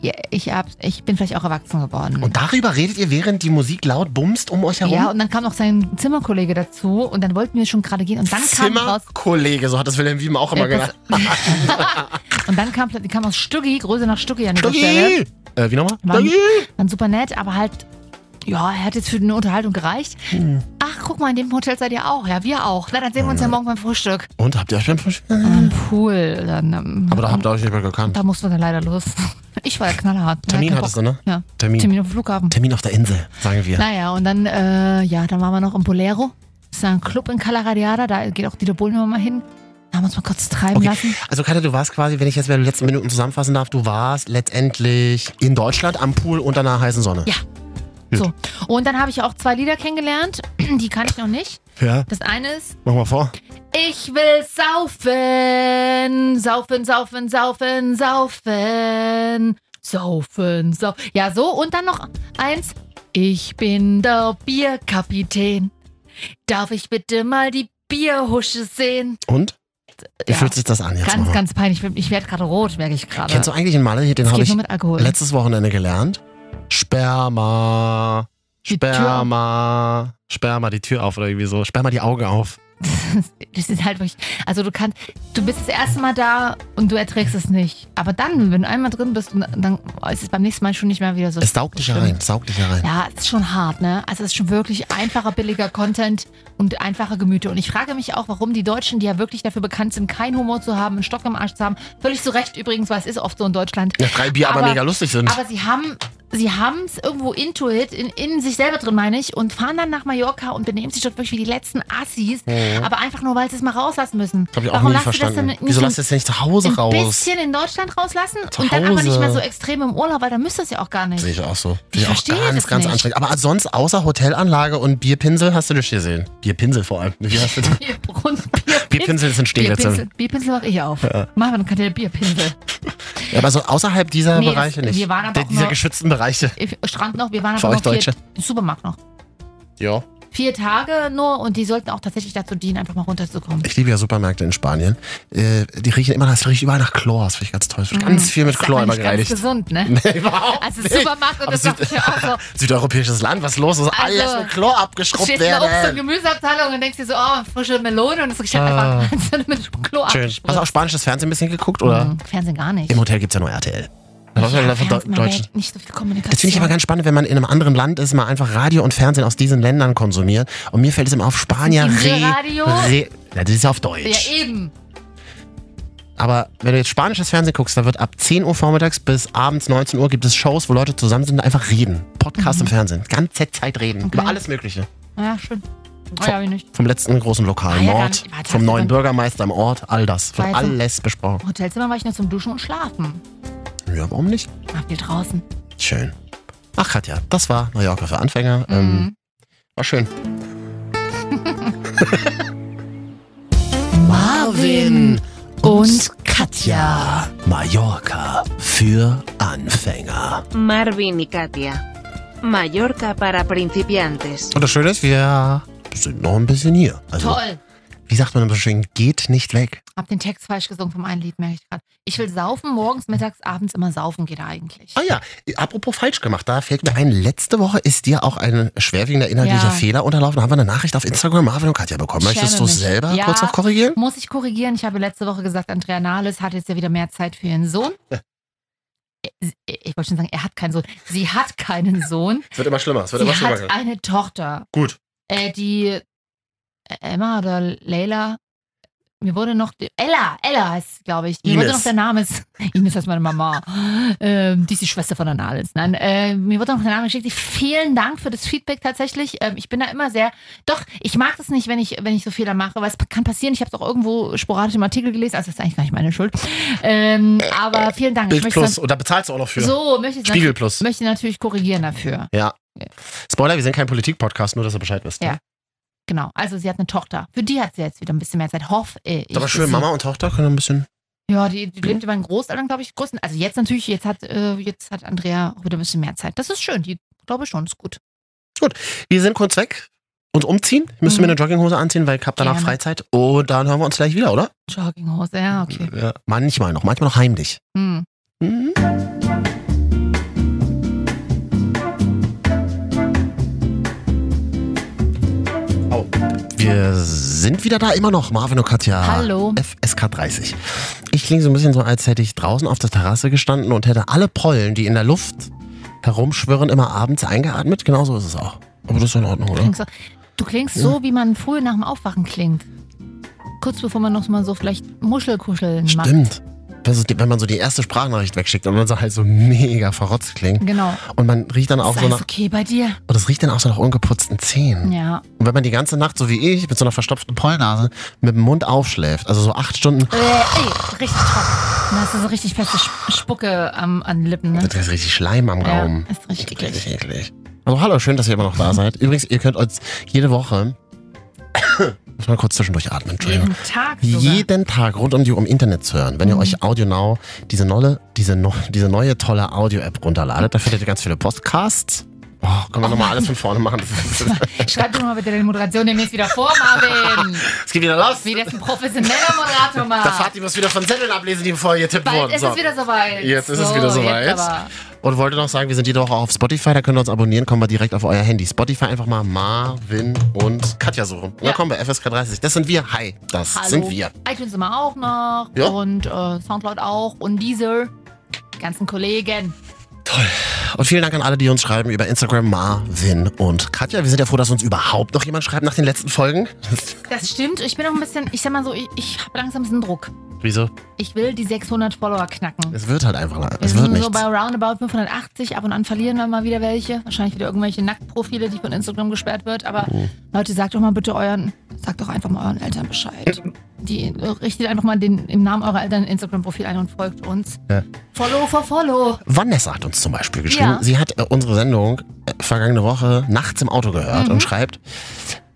Ja, Ich, hab, ich bin vielleicht auch erwachsen geworden. Und darüber redet ihr, während die Musik laut bumst um euch herum? ja, und dann kam noch sein Zimmerkollege dazu und dann wollten wir schon gerade gehen und dann kam raus, Zimmerkollege, so hat das Wilhelm Wieben auch immer Ja, gesagt. das- und dann kam plötzlich kam aus Stuggi, Grüße nach Stuggi an dieser Stelle. Stuggi! Äh, wie nochmal? Waren, Stuggi! waren super nett, aber halt, ja, er hat jetzt für eine Unterhaltung gereicht. Hm. Ach, guck mal, in dem Hotel seid ihr auch. Ja, wir auch. Na, dann sehen wir uns ja morgen beim Frühstück. Und habt ihr euch beim Frühstück- Am Pool. Dann, ähm, Aber da habt ihr euch nicht mehr gekannt. da mussten wir dann leider los. Ich war ja knallhart. Termin Kein hattest du, Bock. ne? Ja. Termin. Termin auf dem Flughafen. Termin auf der Insel, sagen wir. Naja, und dann, äh, ja, dann waren wir noch im Bolero. Das ist ein Club in Calaradiada, da geht auch Dieter Bohlen immer mal hin. Da haben wir uns mal kurz treiben Okay. lassen. Also Katja, du warst quasi, wenn ich jetzt mal die letzten Minuten zusammenfassen darf, du warst letztendlich in Deutschland am Pool unter einer heißen Sonne. Ja. So. Und dann habe ich auch zwei Lieder kennengelernt, die kannte ich noch nicht. Ja, Das eine ist, mach mal vor. ich will saufen. Saufen, saufen, saufen, saufen. Saufen, saufen. Ja, so. Und dann noch eins. Ich bin der Bierkapitän. Darf ich bitte mal die Bierhusche sehen? Und? Wie Ja. fühlt sich das an jetzt? Ganz, Mama? ganz peinlich. Ich werde gerade rot, merke ich gerade. Kennst du eigentlich einen Malle hier? Den Es habe geht ich nur mit Alkohol. letztes Wochenende gelernt. Sperma. Sperma. Sperr mal die Tür auf oder irgendwie so. Sperr mal die Augen auf. Das ist halt wirklich. Also du kannst, du bist das erste Mal da und du erträgst es nicht. Aber dann, wenn du einmal drin bist, und dann ist es beim nächsten Mal schon nicht mehr wieder so. Es saugt dich schlimm. herein. Saugt dich herein. Ja, es ist schon hart, ne? Also es ist schon wirklich einfacher, billiger Content und einfache Gemüte. Und ich frage mich auch, warum die Deutschen, die ja wirklich dafür bekannt sind, keinen Humor zu haben, einen Stock im Arsch zu haben, völlig zu Recht übrigens, weil es ist oft so in Deutschland. Ja, drei Bier aber mega lustig sind. Aber sie haben sie es irgendwo into it, in, in sich selber drin, meine ich, und fahren dann nach Mallorca und benehmen sich dort wirklich wie die letzten Assis, Mhm. aber einfach nur, weil sie es mal rauslassen müssen. Hab ich auch nie Warum lasst ihr das denn verstanden. nicht Wieso im- lasst ihr es denn nicht zu Hause ein raus? bisschen in Deutschland rauslassen Zu und dann aber nicht Hause. mehr so extrem im Urlaub, weil dann müsst ihr es ja auch gar nicht. Sehe ich auch so. Ich Finde ich auch verstehe ganz, das ganz nicht. anstrengend. Aber sonst außer Hotelanlage und Bierpinsel hast du dich gesehen. Bierpinsel vor allem. Wie hast du Und Bierpinsel Bierpinsel, sind Bierpinsel, Stehplätze. Bierpinsel mache ich auf. Ja. Machen wir dann keine Bierpinsel. Ja, aber so außerhalb dieser Nee, das- Bereiche nicht. wir waren aber Der- auch dieser nur- geschützten Bereiche. Ich- Strand noch, wir waren Für aber euch noch Deutsche. vier, Supermarkt noch. Ja. Vier Tage nur und die sollten auch tatsächlich dazu dienen, einfach mal runterzukommen. Ich liebe ja Supermärkte in Spanien. Äh, die riechen immer, das riecht überall nach Chlor. Das finde ich ganz toll. Es wird Ganz viel mit Mhm. Ist Chlor aber immer nicht ganz gereinigt. gesund, ne? Nee, überhaupt Also nicht. Supermarkt und Aber das Süd- dachte ich ja auch so. Also, Südeuropäisches Land, was los ist? Alles mit Chlor abgeschrubbt stehst in der Obst- und werden. Gemüseabteilung und denkst dir so, oh, frische Melone und es riecht halt Ah. einfach als wenn mit Klo Schön. abgespritzt. Hast du auch spanisches Fernsehen ein bisschen geguckt? Oder? Mhm, Fernsehen gar nicht. Im Hotel gibt es ja nur RTL. Da läuft ja, von Fernsehen, Deu- man Deutschen. merkt nicht so viel Das finde ich Kommunikation. aber ganz spannend, wenn man in einem anderen Land ist, mal einfach Radio und Fernsehen aus diesen Ländern konsumiert. Und mir fällt es immer auf Spanier Das ist re, Insel-Radio? re. Na, das ist ja auf Deutsch. ja, eh. eben. Aber wenn du jetzt spanisches Fernsehen guckst, da wird ab 10 Uhr vormittags bis abends 19 Uhr gibt es Shows, wo Leute zusammen sind und einfach reden. Podcast Mhm. im Fernsehen. Ganze Zeit reden. Über alles Mögliche. Ja, schön. Oh, ja, wie nicht. Vom letzten großen lokalen Ah, ja, gar Ort, nicht. Warte, vom hast du neuen dann- Bürgermeister im Ort, all das. Wird War jetzt so- alles besprochen. Im Hotelzimmer war ich nur zum Duschen und Schlafen. Ja, warum nicht? War viel draußen. Schön. Ach, Katja, das war Mallorca für Anfänger. Mhm. Ähm, war schön. Marvin und Katja. Mallorca für Anfänger. Marvin y Katia. Mallorca para principiantes. Und das Schöne ist, wir sind noch ein bisschen hier. Also, Toll. wie sagt man immer so schön, geht nicht weg. Hab den Text falsch gesungen vom einen Lied, merke ich gerade. Ich will saufen, morgens, mittags, abends immer saufen geht eigentlich. Ah ja, apropos falsch gemacht, da fällt mir ein, letzte Woche ist dir auch ein schwerwiegender inhaltlicher Ja. Fehler unterlaufen. Da haben wir eine Nachricht auf Instagram Marvin und Katja bekommen. Möchtest Schäme du es mich. selber Ja. kurz noch korrigieren? Muss ich korrigieren? Ich habe letzte Woche gesagt, Andrea Nahles hat jetzt ja wieder mehr Zeit für ihren Sohn. Ich- Ich wollte schon sagen, er hat keinen Sohn. Sie hat keinen Sohn. Es wird immer schlimmer, es Sie hat eine Tochter. Gut. Äh, die Emma oder Leila. Mir wurde noch. die- Ella, Ella heißt, glaube ich. Mir wurde Ines. noch der Name. ist- Ines heißt meine Mama. Ähm, die ist die Schwester von der Nahles. Nein, äh, mir wurde noch der Name geschickt. Vielen Dank für das Feedback tatsächlich. Ähm, ich bin da immer sehr. Doch, ich mag das nicht, wenn ich, wenn ich so Fehler mache, weil es kann passieren. Ich habe es auch irgendwo sporadisch im Artikel gelesen. Also, das ist eigentlich gar nicht meine Schuld. Ähm, aber vielen Dank. Bild Ich möchte Plus, es und da bezahlst du auch noch für. dann- so, ne? möchte ich es Spiegel natürlich- Plus. möchte natürlich korrigieren dafür. Ja. Spoiler, wir sind kein Politik-Podcast, nur dass ihr Bescheid wisst. ne? Ja. Genau, also sie hat eine Tochter. Für die hat sie jetzt wieder ein bisschen mehr Zeit, hoffe ich. Ist aber schön, Sie- Mama und Tochter können ein bisschen. Ja, die, die lebt über einen Großeltern, glaube ich. Großen, also jetzt natürlich, jetzt hat, äh, jetzt hat Andrea auch wieder ein bisschen mehr Zeit. Das ist schön, die glaube ich schon, ist gut. Wir sind kurz weg und umziehen. Ich müsste Mhm. mir eine Jogginghose anziehen, weil ich habe danach Gerne. Freizeit. Und dann hören wir uns gleich wieder, oder? Jogginghose, ja, okay. Ja. Manchmal noch, manchmal noch heimlich. Hm. Wir sind wieder da immer noch, Marvin und Katja. Hallo. FSK 30. Ich klinge so ein bisschen so, als hätte ich draußen auf der Terrasse gestanden und hätte alle Pollen, die in der Luft herumschwirren, immer abends eingeatmet. Genauso ist es auch. Aber das ist in Ordnung, oder? Klingst so, du klingst so, wie man früh nach dem Aufwachen klingt. Kurz bevor man noch mal so vielleicht Muschelkuscheln macht. Stimmt. Das ist die- Wenn man so die erste Sprachnachricht wegschickt und man so halt so mega verrotzt klingt. Genau. Und man riecht dann auch ist so alles nach. okay bei dir? Und es riecht dann auch so nach ungeputzten Zähnen. Ja. Und wenn man die ganze Nacht, so wie ich, mit so einer verstopften Pollnase, mit dem Mund aufschläft, also so acht Stunden, Äh, ey, richtig trocken. Dann hast du so richtig feste Sp- Spucke am, an den Lippen, ne? das ist richtig Schleim am Ja, Gaumen. ist richtig eklig. Richtig eklig. Also hallo, schön, dass ihr immer noch da seid. Übrigens, ihr könnt uns jede Woche Muss mal kurz zwischendurch atmen, Entschuldigung. Jeden Tag sogar. Jeden Tag rund um die Uhr im Internet zu hören. Wenn ihr Mhm. euch Audio Now, diese, neue, diese, no, diese neue tolle Audio-App runterladet, da findet ihr ganz viele Podcasts. Oh, können wir nochmal alles von vorne machen? Schreib doch mal bitte deine Moderation demnächst wieder vor, Marvin. es geht wieder los. Wie das ein professioneller Moderator macht. Da Fatih muss wieder von Zetteln ablesen, die vorher getippt Bald wurden. ist es wieder soweit. Jetzt ist es So, wieder jetzt soweit. aber. Und wollte noch sagen, wir sind jede Woche auf Spotify, da könnt ihr uns abonnieren, kommen wir direkt auf euer Handy. Spotify einfach mal Marvin und Katja suchen. Und dann kommen wir, FSK 30. Das sind wir. Hi, das Hallo. sind wir. iTunes immer auch noch Ja. und äh, Soundcloud auch und Deezer. Die Ganzen Kollegen. Und vielen Dank an alle, die uns schreiben über Instagram, Marvin und Katja. Wir sind ja froh, dass uns überhaupt noch jemand schreibt nach den letzten Folgen. Das stimmt. Ich bin auch ein bisschen, ich sag mal so, ich, ich habe langsam ein bisschen Druck. Wieso? Ich will die 600 Follower knacken. Es wird halt einfach, Wir es wird sind nichts. so bei roundabout 580. Ab und an verlieren wir mal wieder welche. Wahrscheinlich wieder irgendwelche Nacktprofile, die von Instagram gesperrt wird. Aber Oh. Leute, sagt doch mal bitte euren, sagt doch einfach mal euren Eltern Bescheid. Die äh, richtet einfach mal den, im Namen eurer Eltern ein Instagram-Profil ein und folgt uns. Ja. Follow for follow. Vanessa hat uns zum Beispiel geschrieben, Ja. sie hat äh, unsere Sendung äh, vergangene Woche nachts im Auto gehört Mhm. und schreibt,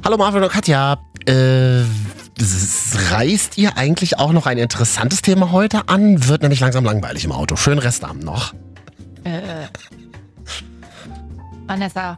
Hallo Marvin und Katja, äh, s- reißt ihr eigentlich auch noch ein interessantes Thema heute an? Wird nämlich langsam langweilig im Auto. Schönen Restabend noch. Äh. Vanessa,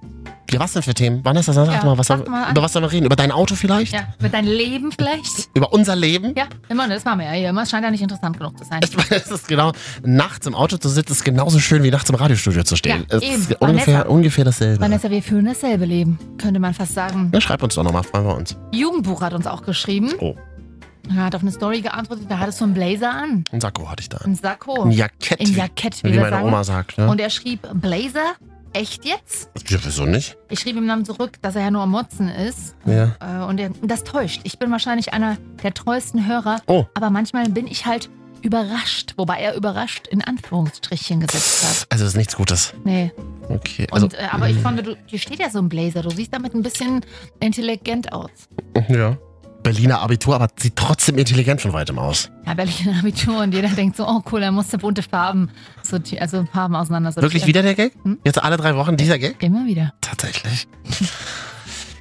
Ja, was denn für Themen? Vanessa, sag Ja, mal, was sag soll- mal an. über was sollen wir reden? Über dein Auto vielleicht? ja, mit deinem Leben vielleicht? Über unser Leben? Ja, immer, ne, das machen wir ja hier immer. Es scheint ja nicht interessant genug zu sein. Ich meine, es ist genau, nachts im Auto zu sitzen, ist genauso schön wie nachts im Radiostudio zu stehen. Ja, es eben. ist ungefähr, Vanessa. ungefähr dasselbe. Vanessa, wir führen dasselbe Leben, könnte man fast sagen. Ja, schreib uns doch nochmal, freuen wir uns. Hm? Jugendbuch hat uns auch geschrieben. Oh, Er hat auf eine Story geantwortet, da hattest du einen Blazer an. ein Sakko hatte ich da. Ein Sakko. Ein Jackett. Ein Jackett, wie, Wie wir meine sagen. Oma sagt, ne? Und er schrieb, Blazer? Echt jetzt? Ja, wieso nicht? Ich schrieb ihm dann zurück, dass er ja nur am Motzen ist. Ja. Äh, Und er, das täuscht. Ich bin wahrscheinlich einer der treuesten Hörer. Oh. Aber manchmal bin ich halt überrascht. Wobei er überrascht in Anführungsstrichchen gesetzt Also ist nichts Gutes. hat. Nee. Okay. Und, Also, äh, aber ich fand, du, dir steht ja so ein Blazer. Du siehst damit ein bisschen intelligent aus. ja. Berliner Abitur, aber sieht trotzdem intelligent von weitem aus. Ja, Berlin Abitur und jeder denkt so, oh cool, er musste bunte Farben, sorti- also Farben auseinander Wirklich wieder der Gag? Hm? Jetzt alle drei Wochen dieser Gag? Immer wieder. Tatsächlich.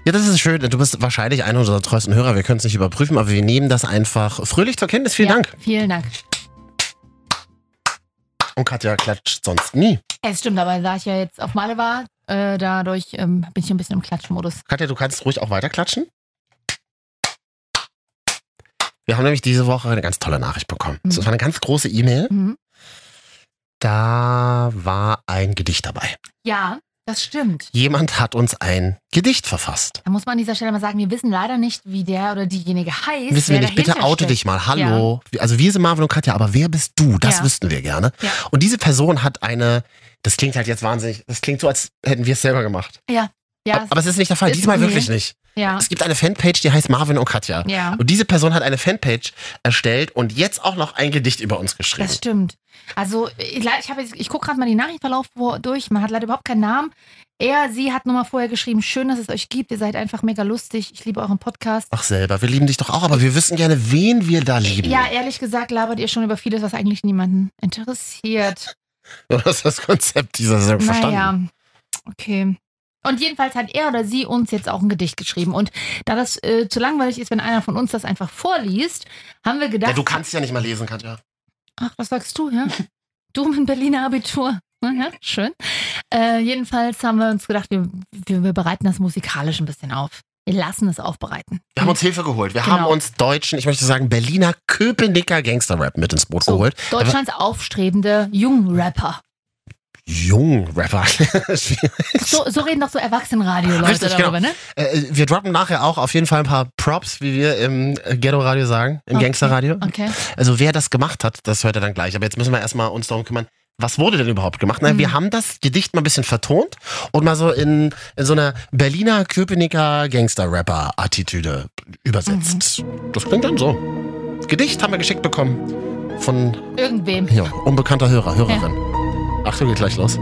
Ja, das ist schön. Du bist wahrscheinlich einer unserer treuesten Hörer. Wir können es nicht überprüfen, aber wir nehmen das einfach fröhlich zur Kenntnis. Vielen ja, Dank. Vielen Dank. Und Katja klatscht sonst nie. Es Äh, stimmt, aber da ich ja jetzt auf Male war, äh, dadurch ähm, bin ich ein bisschen im Klatschmodus. Katja, du kannst ruhig auch weiter klatschen. Wir haben nämlich diese Woche eine ganz tolle Nachricht bekommen. Mhm. Das war eine ganz große E-Mail. Mhm. Da war ein Gedicht dabei. Ja, das stimmt. Jemand hat uns ein Gedicht verfasst. Da muss man an dieser Stelle mal sagen, wir wissen leider nicht, wie der oder diejenige heißt. Wissen wir wer nicht, bitte dahinter oute steckt. dich mal. Hallo. Also wir sind Marvin und Katja, aber wer bist du? Das Ja. wüssten wir gerne. Ja. Und diese Person hat eine, das klingt halt jetzt wahnsinnig, das klingt so, als hätten wir es selber gemacht. Ja, ja. ja aber es ist nicht der Fall, ist- diesmal nee. wirklich nicht. ja. Es gibt eine Fanpage, die heißt Marvin und Katja. ja. Und diese Person hat eine Fanpage erstellt und jetzt auch noch ein Gedicht über uns geschrieben. Das stimmt. Also ich, ich, hab jetzt- ich gucke gerade mal den Nachrichtenverlauf vor- durch. Man hat leider überhaupt keinen Namen. Er, sie hat nochmal vorher geschrieben, schön, dass es euch gibt. Ihr seid einfach mega lustig. Ich liebe euren Podcast. Ach selber, wir lieben dich doch auch, aber wir wissen gerne, wen wir da lieben. Ja, ehrlich gesagt labert ihr schon über vieles, was eigentlich niemanden interessiert. Du hast das Konzept dieser Sendung verstanden. Naja, okay. Und jedenfalls hat er oder sie uns jetzt auch ein Gedicht geschrieben. Und da das äh, zu langweilig ist, wenn einer von uns das einfach vorliest, haben wir gedacht. Ja, du kannst ja nicht mal lesen, Katja. Ach, was sagst du, ja? Du mit Berliner Abitur. Ja, schön. Äh, jedenfalls haben wir uns gedacht, wir, wir, wir bereiten das musikalisch ein bisschen auf. Wir lassen es aufbereiten. Wir haben uns Hilfe geholt. Wir Genau. haben uns deutschen, ich möchte sagen, Berliner Köpenicker Gangsterrap mit ins Boot geholt. Deutschlands aufstrebende Jungrapper. Jung-Rapper. Schwierig. So, so reden doch so Erwachsenenradio-Leute Richtig, genau. darüber, ne? Äh, wir droppen nachher auch auf jeden Fall ein paar Props, wie wir im äh, Ghetto-Radio sagen, im Okay. Gangsterradio. Okay. Also wer das gemacht hat, das hört ihr dann gleich. Aber jetzt müssen wir erstmal uns darum kümmern, was wurde denn überhaupt gemacht? Na, Mhm. Wir haben das Gedicht mal ein bisschen vertont und mal so in, in so eine Berliner Köpenicker Gangster-Rapper-Attitüde übersetzt. Mhm. Das klingt dann so. Gedicht haben wir geschickt bekommen von Irgendwem. ja, unbekannter Hörer, Hörerin. Achtung, geht gleich los.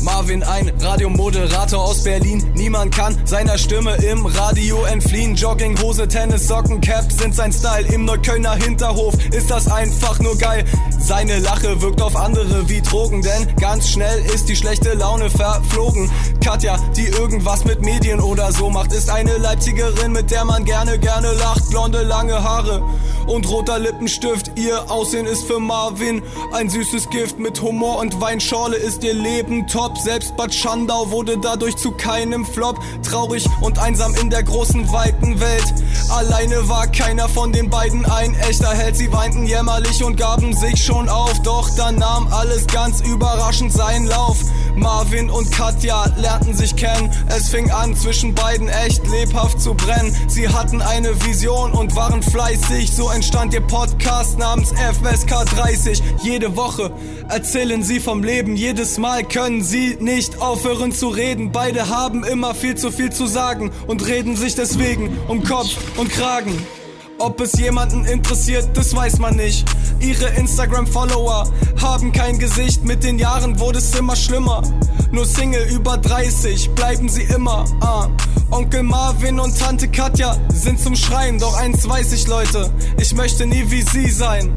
Marvin Marvin, ein Radiomoderator aus Berlin. Niemand kann seiner Stimme im Radio entfliehen. Jogginghose, Tennis, Socken, Cap sind sein Style. Im Neuköllner Hinterhof ist das einfach nur geil. Seine Lache wirkt auf andere wie Drogen, denn ganz schnell ist die schlechte Laune verflogen. Katja, die irgendwas mit Medien oder so macht, ist eine Leipzigerin, mit der man gerne, gerne lacht. Blonde, lange Haare und roter Lippenstift. Ihr Aussehen ist für Marvin ein süßes Gift. Mit Humor und Weinschorle ist ihr Leben top. Selbst Bad Schandau wurde dadurch zu keinem Flop. Traurig und einsam in der großen, weiten Welt. Alleine war keiner von den beiden ein echter Held. Sie weinten jämmerlich und gaben sich schon auf. Doch dann nahm alles ganz überraschend seinen Lauf. Marvin und Katja lernten sich kennen. Es fing an, zwischen beiden echt lebhaft zu brennen. Sie hatten eine Vision und waren fleißig. So entstand ihr Podcast namens FSK 30. Jede Woche erzählen sie vom Leben. Jedes Mal können sie nicht aufhören zu reden. Beide haben immer viel zu viel zu sagen und reden sich deswegen um Kopf und Kragen. Ob es jemanden interessiert, das weiß man nicht. Ihre Instagram-Follower haben kein Gesicht. Mit den Jahren wurde es immer schlimmer. Nur Single über 30 bleiben sie immer. Ah. Onkel Marvin und Tante Katja sind zum Schreien. Doch eins weiß ich, Leute, ich möchte nie wie sie sein.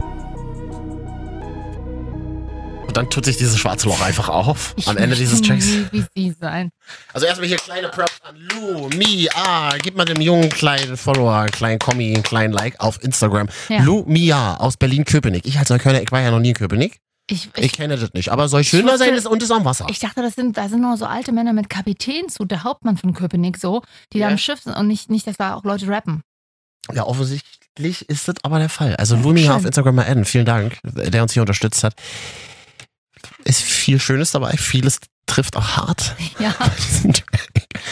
Und dann tut sich dieses schwarze Loch einfach auf Ich am Ende möchte dieses Tracks. nie Hm, Wie sie sein. Also erstmal hier kleine Props an Lou, Mia. Gib mal dem jungen kleinen Follower, kleinen Kommi, einen kleinen Like auf Instagram. Ja. Lou Mia aus Berlin-Köpenick. Ich als Neuköllner, ich war ja noch nie in Köpenick. Ich, Ich, kenne das nicht, aber soll schöner sein ist und ist am Wasser. Ich dachte, das sind, da sind nur so alte Männer mit Kapitänshut, der Hauptmann von Köpenick so, die da Ja. am Schiff sind und nicht, nicht, dass da auch Leute rappen. Ja, offensichtlich ist das aber der Fall. Also Lou Mia auf Instagram mal adden. Vielen Dank, der uns hier unterstützt hat. Ist viel Schönes dabei, vieles trifft auch hart. Ja.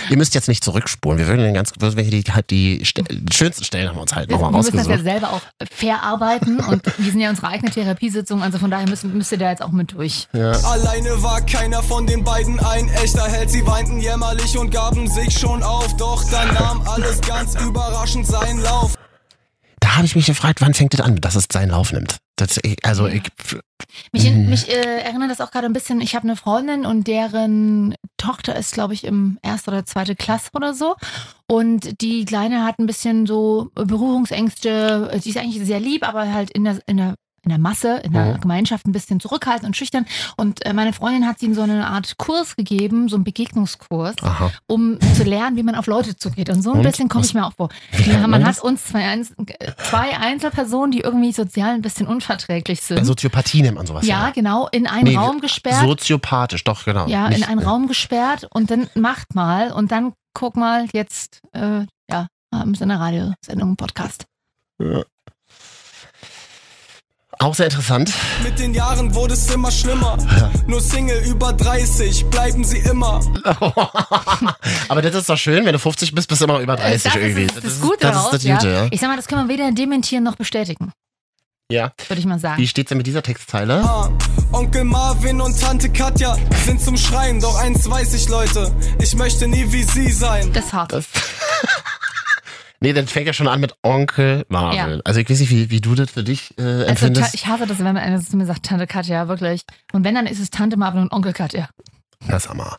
Ihr müsst jetzt nicht zurückspulen. Wir würden den ganz, wir würden die, halt die Ste schönsten Stellen haben wir uns halt Wir nochmal müssen das ja rausgesucht. selber auch verarbeiten und wir sind ja unsere eigene Therapiesitzung, also von daher müssen, müsst ihr da jetzt auch mit durch. Alleine war keiner von den beiden ein echter Held. Sie weinten jämmerlich und gaben sich schon auf. Doch dann nahm alles ganz überraschend seinen Lauf. Da habe ich mich gefragt, wann fängt das an, dass es seinen Lauf nimmt. Das, also ich, Mich, Mhm. mich äh, erinnert das auch gerade ein bisschen, ich habe eine Freundin und deren Tochter ist, glaube ich, im ersten oder zweite Klasse oder so. Und die Kleine hat ein bisschen so Berührungsängste. Die ist eigentlich sehr lieb, aber halt in der, in der, in der Masse, in der Mhm. Gemeinschaft ein bisschen zurückhaltend und schüchtern. Und äh, meine Freundin hat sie so eine Art Kurs gegeben, so einen Begegnungskurs, Ah. Aha. um zu lernen, wie man auf Leute zugeht. Und so ein Und? bisschen komme ich mir auch vor. Wie Ja, lernt man man hat das? uns zwei, Einz zwei Einzelpersonen, die irgendwie sozial ein bisschen unverträglich Also sind. Soziopathie nennt man sowas. Ja, genau, in einen Nee, Raum gesperrt. Soziopathisch, doch, genau. ja, in Nicht- einen Raum gesperrt und dann macht mal und dann guck mal jetzt, äh, ja, abends in der Radiosendung, Podcast. Ja. Auch sehr interessant. Mit den Jahren wurde es immer schlimmer. Ja. Nur Single über 30 bleiben sie immer. Aber das ist doch schön, wenn du 50 bist, bist du immer über 30 das irgendwie. Ist, das ist gut das daraus, ist das ja. Gute, ja. Ich sag mal, das können wir weder dementieren noch bestätigen, ja. würde ich mal sagen. Wie steht's denn mit dieser Textzeile? Ah, Onkel Marvin und Tante Katja sind zum Schreien. Doch eins weiß ich, Leute, ich möchte nie wie sie sein. Das hart. Nee, dann fängt ja schon an mit Onkel Marvin. Ja. Also ich weiß nicht, wie, wie du das für dich äh, Also, ta- empfindest. ich hasse das, wenn mir einer zu mir sagt, Tante Katja, wirklich. Und wenn, dann ist es Tante Marvin und Onkel Katja. Na, sag mal.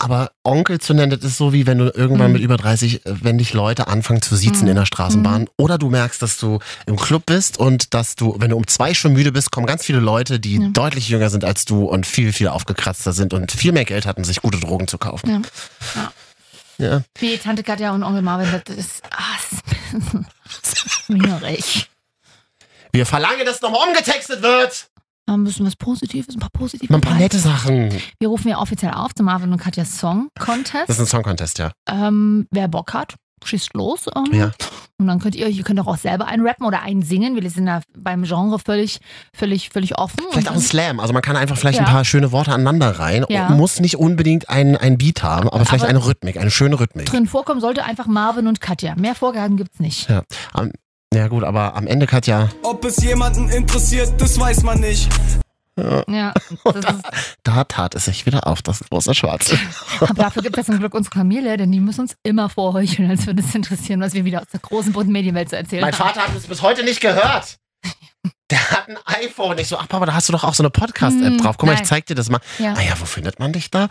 Aber Onkel zu nennen, das ist so wie wenn du irgendwann mit über 30, äh, wenn dich Leute anfangen zu siezen in der Straßenbahn oder du merkst, dass du im Club bist und dass du, wenn du um zwei schon müde bist, kommen ganz viele Leute, die deutlich jünger sind als du und viel, viel aufgekratzter sind und viel mehr Geld hatten, sich gute Drogen zu kaufen. Ja. ja. Ja. Nee, Tante Katja und Onkel Marvin, das ist, ah, das ist minderig. Wir verlangen, dass nochmal umgetextet wird. Dann müssen wir was Positives, ein paar positive Mal ein paar Vibes. nette Sachen. Wir rufen ja offiziell auf zum Marvin und Katja Song Das ist Contest. ein Song Contest, ja. Ähm, wer Bock hat, schießt los. Ähm, Ja. Und dann könnt ihr, ihr könnt auch, auch selber einrappen oder einsingen. Wir sind da beim Genre völlig, völlig, völlig offen. Vielleicht Und auch ein Slam. Also man kann einfach vielleicht Ja. ein paar schöne Worte aneinander rein. Ja. Und Muss nicht unbedingt einen, einen Beat haben, aber vielleicht Aber- eine Rhythmik, eine schöne Rhythmik. drin vorkommen sollte einfach Marvin und Katja. Mehr Vorgaben gibt's nicht. Ja, am, ja gut, aber am Ende Katja, Ob es jemanden interessiert, das weiß man nicht. ja, Ja, das ist, da tat es sich wieder auf, das große Schwarze. aber dafür gibt es zum Glück uns Klamierler, denn die müssen uns immer vorheucheln, als Genau. würde es interessieren, was wir wieder aus der großen, bunten Medienwelt zu erzählen mein haben. Vater hat es bis heute nicht gehört. der hat ein iPhone. Ich so, ach Papa, da hast du doch auch so eine Podcast-App Hm, drauf. Guck mal, nein. ich zeig dir das mal. Ja. Ah ja, wo findet man dich da?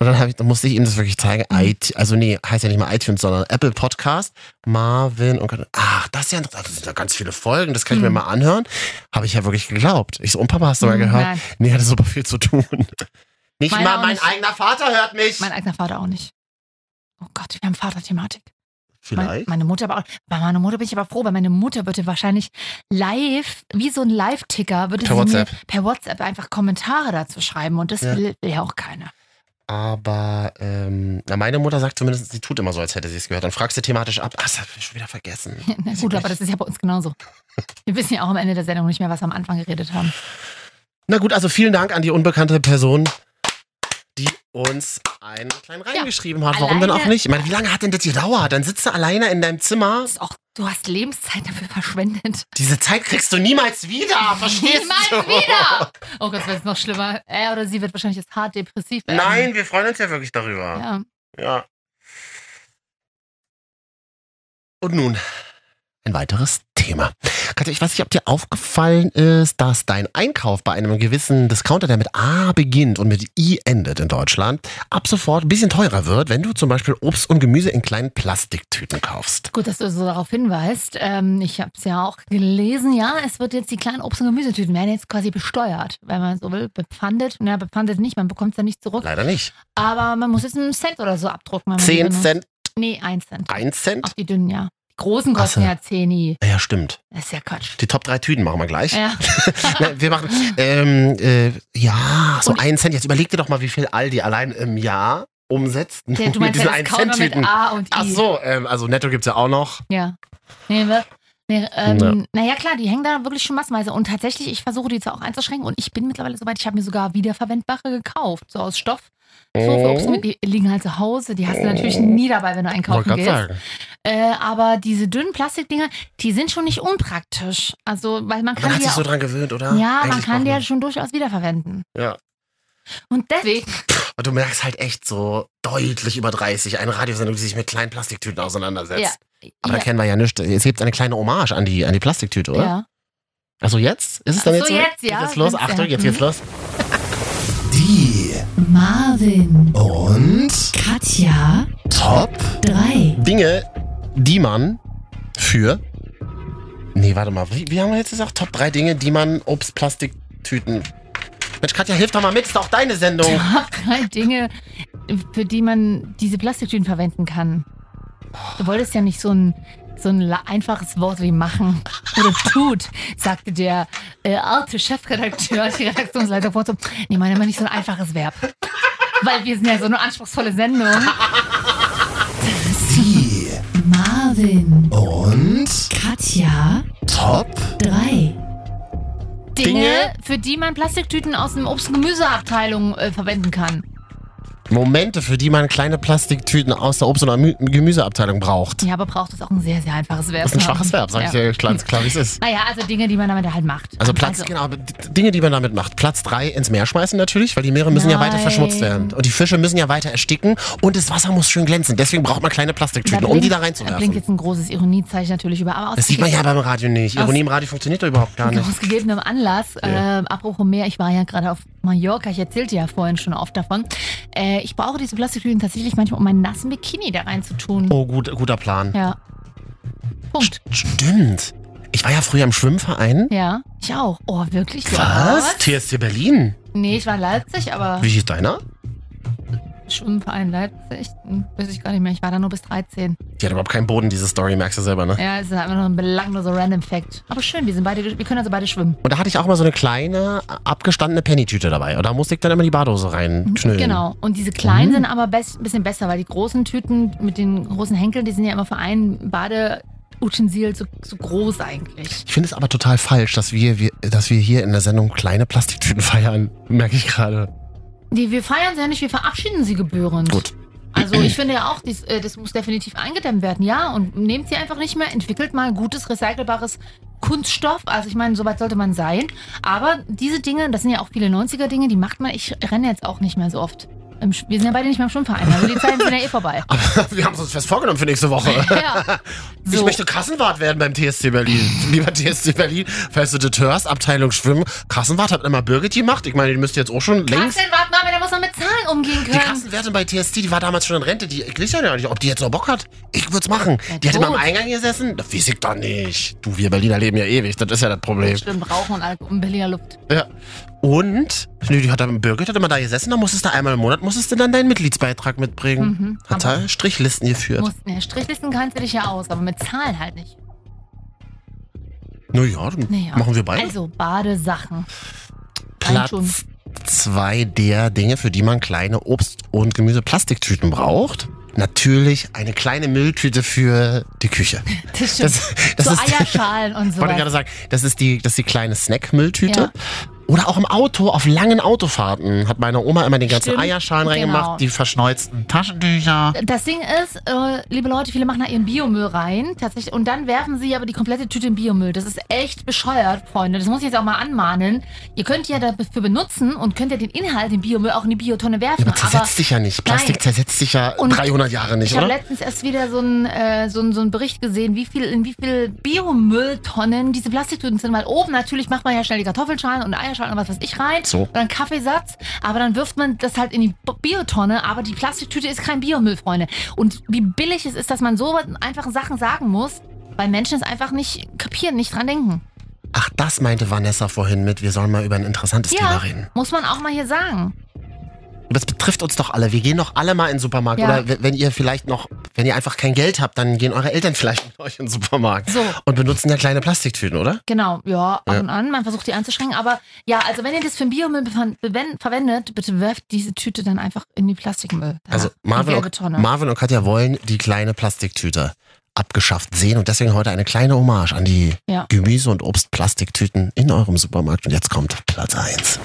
Und dann, hab ich, dann musste ich ihm das wirklich zeigen. Mhm. IT, also nee, heißt ja nicht mal iTunes, sondern Apple Podcast. Marvin und ach, das ist ja interessant. Das sind ja ganz viele Folgen, das kann ich mir Hm. mal anhören. Habe ich ja wirklich geglaubt. Ich so, und Papa, hast du mal Hm, gehört? nein. Nee, hatte super viel zu tun. Nicht Meiner mal auch mein nicht. eigener Vater hört mich. Mein eigener Vater auch nicht. Oh Gott, wir haben Vaterthematik. Mein, Vielleicht. meine Mutter aber auch. Bei meiner Mutter bin ich aber froh, weil meine Mutter würde wahrscheinlich live, wie so ein Live-Ticker, würde Per sie mir WhatsApp. per WhatsApp einfach Kommentare dazu schreiben und das Ja. will ja auch keiner. Aber ähm, na, meine Mutter sagt zumindest, sie tut immer so, als hätte sie es gehört. Dann fragst du thematisch ab. Ach, das habe ich schon wieder vergessen. Na gut, aber das ist ja bei uns genauso. Wir wissen ja auch am Ende der Sendung nicht mehr, was wir am Anfang geredet haben. Na gut, also vielen Dank an die unbekannte Person, die uns einen kleinen reingeschrieben hat. Warum denn alleine- auch nicht? Ich meine, wie lange hat denn das gedauert? Dann sitzt du alleine in deinem Zimmer. Du hast Lebenszeit dafür verschwendet. Diese Zeit kriegst du niemals wieder, verstehst Niemals du? wieder! Oh Gott, das ist noch schlimmer. Er oder sie wird wahrscheinlich jetzt hart depressiv werden. Nein, wir freuen uns ja wirklich darüber. Ja. Ja. Und nun ein weiteres Thema. Katja, ich weiß nicht, ob dir aufgefallen ist, dass dein Einkauf bei einem gewissen Discounter, der mit A beginnt und mit I endet in Deutschland, ab sofort ein bisschen teurer wird, wenn du zum Beispiel Obst und Gemüse in kleinen Plastiktüten kaufst. Gut, dass du so darauf hinweist. Ähm, ich habe es ja auch gelesen. Ja, es wird jetzt die kleinen Obst- und Gemüsetüten werden jetzt quasi besteuert, wenn man so will, bepfandet. Na, bepfandet nicht, man bekommt es ja nicht zurück. Leider nicht. Aber man muss jetzt einen Cent oder so abdrucken. Wenn man die 10 benutzt. Cent, Nee, ein Cent. 1 Cent? Auch die dünnen, ja. Die großen kosten Ach so. ja 10 i. Ja, stimmt. Das ist ja Quatsch. Die Top 3 Tüten machen wir gleich. Ja. Nein, wir machen, ähm, äh, ja, so einen Cent. Jetzt überleg dir doch mal, wie viel Aldi allein im Jahr umsetzt. Der, du meinst ja das Counter mit Cent-Tüten. A und I. Ach so, ähm, also Netto gibt's ja auch noch. Ja. Nee, wir, nee, ähm, Ja. Naja, klar, die hängen da wirklich schon massenweise. Und tatsächlich, ich versuche die zwar auch einzuschränken und ich bin mittlerweile soweit, ich habe mir sogar wiederverwendbare gekauft, so aus Stoff. So für Oh. Obst mit, die liegen halt zu Hause. Die hast du natürlich nie dabei, wenn du einkaufen Wollte gehst. grad sagen. Äh, aber diese dünnen Plastikdinger, die sind schon nicht unpraktisch. Also, weil Man man kann hat die sich ja, so auch- dran gewöhnt, oder? ja man Eigentlich kann braucht die ja schon durchaus wiederverwenden. Ja. Und deswegen, Und du merkst halt echt so deutlich über 30 eine Radiosendung, die sich mit kleinen Plastiktüten auseinandersetzt. ja, Aber ja, da kennen wir ja nichts. Es gibt eine kleine Hommage an die, an die Plastiktüte, oder? ja. Also jetzt? Ist es dann Ach jetzt so, so? jetzt, ja. Jetzt geht's los. Wenn's- Achtung, ja. jetzt geht's Mhm. los. Die Marvin und Katja Top 3. Dinge, die man für. Nee, warte mal. Wie, wie haben wir jetzt gesagt? Top 3 Dinge, die man Obst, Plastik, Tüten. Mensch, Katja, hilf doch mal mit. Ist doch deine Sendung. Top drei Dinge, für die man diese Plastiktüten verwenden kann. Du wolltest ja nicht so ein, so ein la- einfaches Wort wie machen oder tut, sagte der äh, alte Chefredakteur, die Redaktionsleiter vor uns. Nee, meine mal nicht so ein einfaches Verb. Weil wir sind ja so eine anspruchsvolle Sendung. Die Marvin, und Katja, Top 3. Dinge, Dinge? für die man Plastiktüten aus dem Obst- und Gemüseabteilung äh, verwenden kann. Momente, für die man kleine Plastiktüten aus der Obst- und Amü- Gemüseabteilung braucht. Ja, aber braucht es auch ein sehr, sehr einfaches Verb. Das ist ein schwaches Verb, sag Ja. ich dir ganz klar, wie es ist. Naja, also Dinge, die man damit halt macht. Also Platz, genau, d- Dinge, die man damit macht. Platz 3 ins Meer schmeißen natürlich, weil die Meere müssen ja weiter Nein. verschmutzt werden. Und die Fische müssen ja weiter ersticken und das Wasser muss schön glänzen. Deswegen braucht man kleine Plastiktüten, um die da Da blinkt reinzuwerfen. jetzt ein großes Ironiezeichen natürlich über. Aber aus Das sieht man ja beim Radio nicht. Ironie im Radio funktioniert doch überhaupt gar nicht. Aus gegebenem Anlass, Ja. ähm, apropos Meer, ich war ja gerade auf Mallorca, ich erzählte ja vorhin schon oft davon. Äh, ich brauche diese Plastiktüten tatsächlich manchmal, um meinen nassen Bikini da reinzutun. Oh, gut, guter Plan. Ja. Punkt. Stimmt. Ich war ja früher im Schwimmverein. Ja, ich auch. Oh, wirklich? Du Was? TSC Berlin. Nee, ich war in Leipzig, aber Wie hieß deiner? Schwimmverein Leipzig, hm, weiß ich gar nicht mehr. Ich war da nur bis 13. Die hat überhaupt keinen Boden, diese Story, merkst du selber, ne? Ja, es ist einfach nur ein belangloser Random Fact. Aber schön, wir sind beide, wir können also beide schwimmen. Und da hatte ich auch mal so eine kleine, abgestandene Pennytüte dabei. Und da musste ich dann immer die Badose reinknüllen. Genau. Und diese kleinen sind aber best, ein bisschen besser, weil die großen Tüten mit den großen Henkeln, die sind ja immer für ein Badeutensil so, so groß eigentlich. Ich finde es aber total falsch, dass wir, wir, dass wir hier in der Sendung kleine Plastiktüten feiern, merke ich gerade. Die, wir feiern sie ja nicht, wir verabschieden sie gebührend. Gut. Also ich finde ja auch, dies, äh, das muss definitiv eingedämmt werden, ja. Und nehmt sie einfach nicht mehr, entwickelt mal gutes, recycelbares Kunststoff. Also ich meine, soweit sollte man sein. Aber diese Dinge, das sind ja auch viele 90er-Dinge, die macht man, ich renne jetzt auch nicht mehr so oft. Im, Sch- wir sind ja beide nicht mehr im Schwimmverein, also die Zeiten sind ja eh vorbei. Wir haben es uns fest vorgenommen für nächste Woche. Ja. Ich So. möchte Kassenwart werden beim TSC Berlin. Lieber TSC Berlin, falls du das hörst, Abteilung Schwimmen. Kassenwart hat immer Birgit gemacht. Ich meine, die müsste jetzt auch schon längst. Axel, warte mal, da muss man mit Zahlen umgehen Die können. Kassenwärtin bei TSC, die war damals schon in Rente. Die, ich weiß ja nicht, ob die jetzt noch Bock hat. Ich würde es machen. Na die hat gut. immer am Eingang gesessen. Das weiß ich doch nicht. Du, wir Berliner leben ja ewig. Das ist ja das Problem. Stimmt, Rauchen und Alkohol und Berliner Luft. Ja. Und, nö, die hat dann, Birgit hat immer da gesessen. Da musstest du einmal im Monat musstest du dann deinen Mitgliedsbeitrag mitbringen. Mhm. Hat da Strichlisten geführt. Muss, ne, Strichlisten kannst du dich ja aus, aber mit Zahlen halt nicht. Naja, dann Naja. machen wir beide. Also, Badesachen. Handschuhen. Platz zwei der Dinge, für die man kleine Obst- und Gemüseplastiktüten braucht. Natürlich eine kleine Mülltüte für die Küche. Das stimmt. Das- das so ist- Eierschalen und so. Wollte ich gerade sagen, das ist die, das ist die kleine Snack-Mülltüte. Ja. Oder auch im Auto, auf langen Autofahrten hat meine Oma immer den ganzen Stimmt, Eierschalen genau. reingemacht, die verschnäuzten Taschentücher. Das Ding ist, äh, liebe Leute, viele machen da ihren Biomüll rein, tatsächlich, und dann werfen sie aber die komplette Tüte in Biomüll. Das ist echt bescheuert, Freunde. Das muss ich jetzt auch mal anmahnen. Ihr könnt ja dafür benutzen und könnt ja den Inhalt, den Biomüll, auch in die Biotonne werfen. Ja, aber zersetzt sich ja nicht. Plastik Nein. zersetzt sich ja Und 300 Jahre nicht, ich habe oder? letztens erst wieder so einen äh, so einen- so einen Bericht gesehen, wie viel, in wie viel Biomülltonnen diese Plastiktüten sind. Weil oben natürlich macht man ja schnell die Kartoffelschalen und Eierschalen und was weiß ich rein. So. Und dann Kaffeesatz. Aber dann wirft man das halt in die Bo- Biotonne. Aber die Plastiktüte ist kein Biomüll, Freunde. Und wie billig es ist, dass man so einfachen Sachen sagen muss, weil Menschen es einfach nicht kapieren, nicht dran denken. Ach, das meinte Vanessa vorhin mit, wir sollen mal über ein interessantes Thema Ja, reden. muss man auch mal hier sagen. Das betrifft uns doch alle. Wir gehen doch alle mal in den Supermarkt. Ja. Oder we- wenn ihr vielleicht noch, wenn ihr einfach kein Geld habt, dann gehen eure Eltern vielleicht mit euch in den Supermarkt. So. Und benutzen ja kleine Plastiktüten, oder? Genau, ja, ab Ja. und an. Man versucht die einzuschränken. Aber ja, also wenn ihr das für den Biomüll bevan- bewen- verwendet, bitte werft diese Tüte dann einfach in die Plastikmüll. Danach. Also In Marvin gelbe und, Tonne. Marvin und Katja wollen die kleine Plastiktüte abgeschafft sehen. Und deswegen heute eine kleine Hommage an die Ja. Gemüse- und Obstplastiktüten in eurem Supermarkt. Und jetzt kommt Platz 1.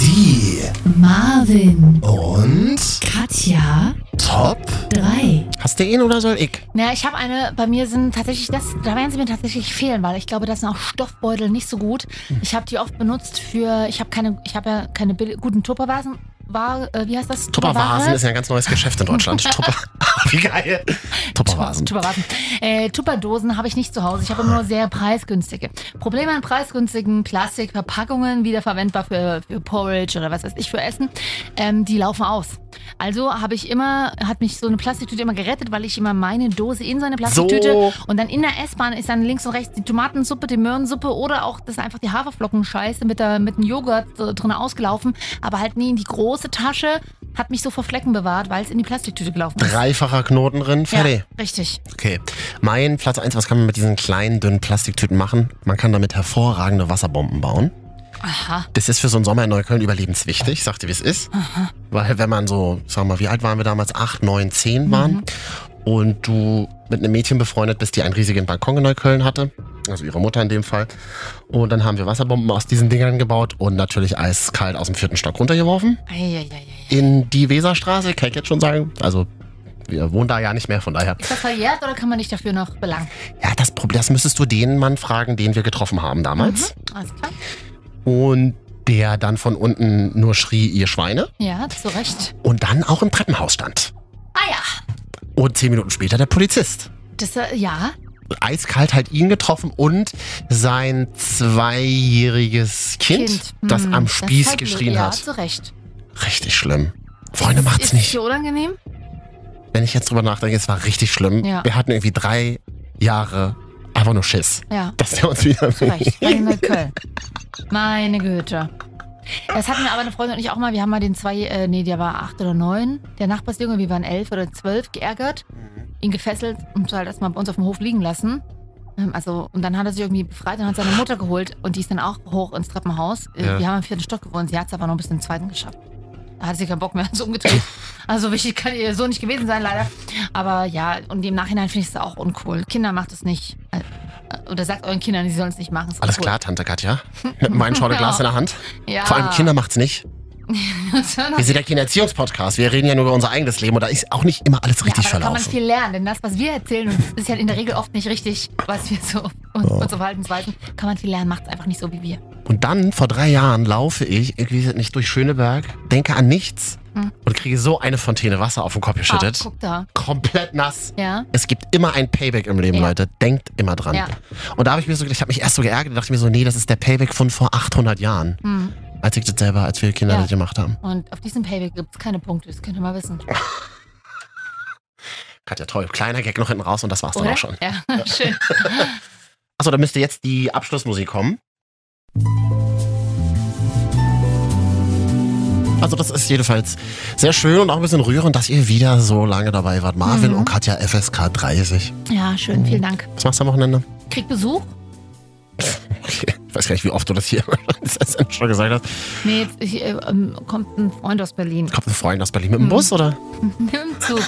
Die Marvin, und Katja, Top drei. Hast du ihn oder soll ich? Naja, ich habe eine, bei mir sind tatsächlich, das, da werden sie mir tatsächlich fehlen, weil ich glaube, das sind auch Stoffbeutel nicht so gut. Hm. Ich habe die oft benutzt für, ich habe keine, ich habe ja keine bill- guten Tuppervasen, war, äh, wie heißt das? Tuppervasen ist ja ein ganz neues Geschäft in Deutschland. Tupper, wie geil. Tuppervasen. Tuppervasen. Äh, Tupperdosen habe ich nicht zu Hause. Ich habe immer nur sehr preisgünstige. Probleme an preisgünstigen Plastikverpackungen, wiederverwendbar für, für Porridge oder was weiß ich für Essen, ähm, die laufen aus. Also habe ich immer, hat mich so eine Plastiktüte immer gerettet, weil ich immer meine Dose in so eine Plastiktüte So. und dann in der S-Bahn ist dann links und rechts die Tomatensuppe, die Möhrensuppe oder auch das ist einfach die Haferflockenscheiße mit, der, mit dem Joghurt äh, drin ausgelaufen, aber halt nie in die große Tasche. Hat mich so vor Flecken bewahrt, weil es in die Plastiktüte gelaufen ist. Dreifacher Knoten drin. Fertig. Ja, richtig. Okay. Mein Platz 1, was kann man mit diesen kleinen, dünnen Plastiktüten machen? Man kann damit hervorragende Wasserbomben bauen. Aha. Das ist für so einen Sommer in Neukölln überlebenswichtig, sagt ihr, wie es ist. Aha. Weil wenn man so, sagen wir mal, wie alt waren wir damals? Acht, neun, zehn waren. Und du mit einem Mädchen befreundet bist, die einen riesigen Balkon in Neukölln hatte. Also ihre Mutter in dem Fall. Und dann haben wir Wasserbomben aus diesen Dingern gebaut und natürlich eiskalt aus dem vierten Stock runtergeworfen. Eieiei. In die Weserstraße, kann ich jetzt schon sagen. Also wir wohnen da ja nicht mehr, von daher. Ist das verjährt oder kann man dich dafür noch belangen? Ja, das Problem, das müsstest du den Mann fragen, den wir getroffen haben damals. Mhm, alles klar. Und der dann von unten nur schrie, ihr Schweine. Ja, zu Recht. Und dann auch im Treppenhaus stand. Ah ja. Und zehn Minuten später der Polizist. Das, äh, ja. Eiskalt halt ihn getroffen und sein zweijähriges Kind, Hm, das am ist Spieß halt blöd. geschrien ja, hat. Ja, zu Recht. Richtig schlimm. Freunde, macht's ist nicht. Ist unangenehm? Wenn ich jetzt drüber nachdenke, es war richtig schlimm. Ja. Wir hatten irgendwie drei Jahre einfach nur Schiss. Ja. Dass der uns wieder. Zu Recht. Meine Köln. Meine Güte. Das hatten wir aber eine Freundin und ich auch mal. Wir haben mal den zwei, äh, nee, der war acht oder neun. Der Nachbarsjunge, wir waren elf oder zwölf, geärgert, ihn gefesselt und halt erstmal bei uns auf dem Hof liegen lassen. Ähm, Also, und dann hat er sich irgendwie befreit und hat seine Mutter geholt und die ist dann auch hoch ins Treppenhaus. Äh, Ja. Wir haben im vierten Stock gewohnt, sie hat es aber noch bis in den zweiten geschafft. Da hatte sie keinen Bock mehr, so umgedreht. Also wichtig kann ihr so nicht gewesen sein, leider. Aber ja, und im Nachhinein finde ich es auch uncool. Kinder macht es nicht. Äh, Oder sagt euren Kindern, sie sollen es nicht machen. Ist Alles uncool. klar, Tante Katja. Mit meinem Schaudeglas Ja. in der Hand. Ja. Vor allem Kinder macht's nicht. Das war noch- Wir sind ja kein Erziehungspodcast. Wir reden ja nur über unser eigenes Leben und da ist auch nicht immer alles richtig da kann man verlaufen. viel lernen, denn das, was wir erzählen, und ist ja in der Regel oft nicht richtig, was wir so uns, unsere Verhaltensweisen, kann man viel lernen, macht es einfach nicht so wie wir. Und dann, vor drei Jahren, laufe ich, irgendwie nicht durch Schöneberg, denke an nichts, und kriege so eine Fontäne Wasser auf den Kopf geschüttet. Ach, Hm. Ah, guck da. Komplett nass. Ja. Es gibt immer ein Payback im Leben, Ja. Leute. Denkt immer dran. Ja. Und da habe ich mir so, ich habe mich erst so geärgert und dachte mir so, nee, das ist der Payback von vor 800 Jahren. Hm. Als ich das selber, als wir Kinder Ja. das gemacht haben. Und auf diesem Payback gibt es keine Punkte, das könnt ihr mal wissen. Katja, toll. Kleiner Gag noch hinten raus und das war's dann Oder? auch schon. Ja, schön. Achso, da müsste jetzt die Abschlussmusik kommen. Also das ist jedenfalls sehr schön und auch ein bisschen rührend, dass ihr wieder so lange dabei wart. Marvin Mhm. und Katja FSK 30. Ja, schön, vielen Dank. Was machst du am Wochenende? Krieg Besuch? Okay, ich weiß gar nicht, wie oft du das hier schon gesagt hast. Nee, jetzt, ich, äh, ähm, kommt ein Freund aus Berlin. Kommt ein Freund aus Berlin mit Mhm. dem Bus, oder? Mit dem Zug.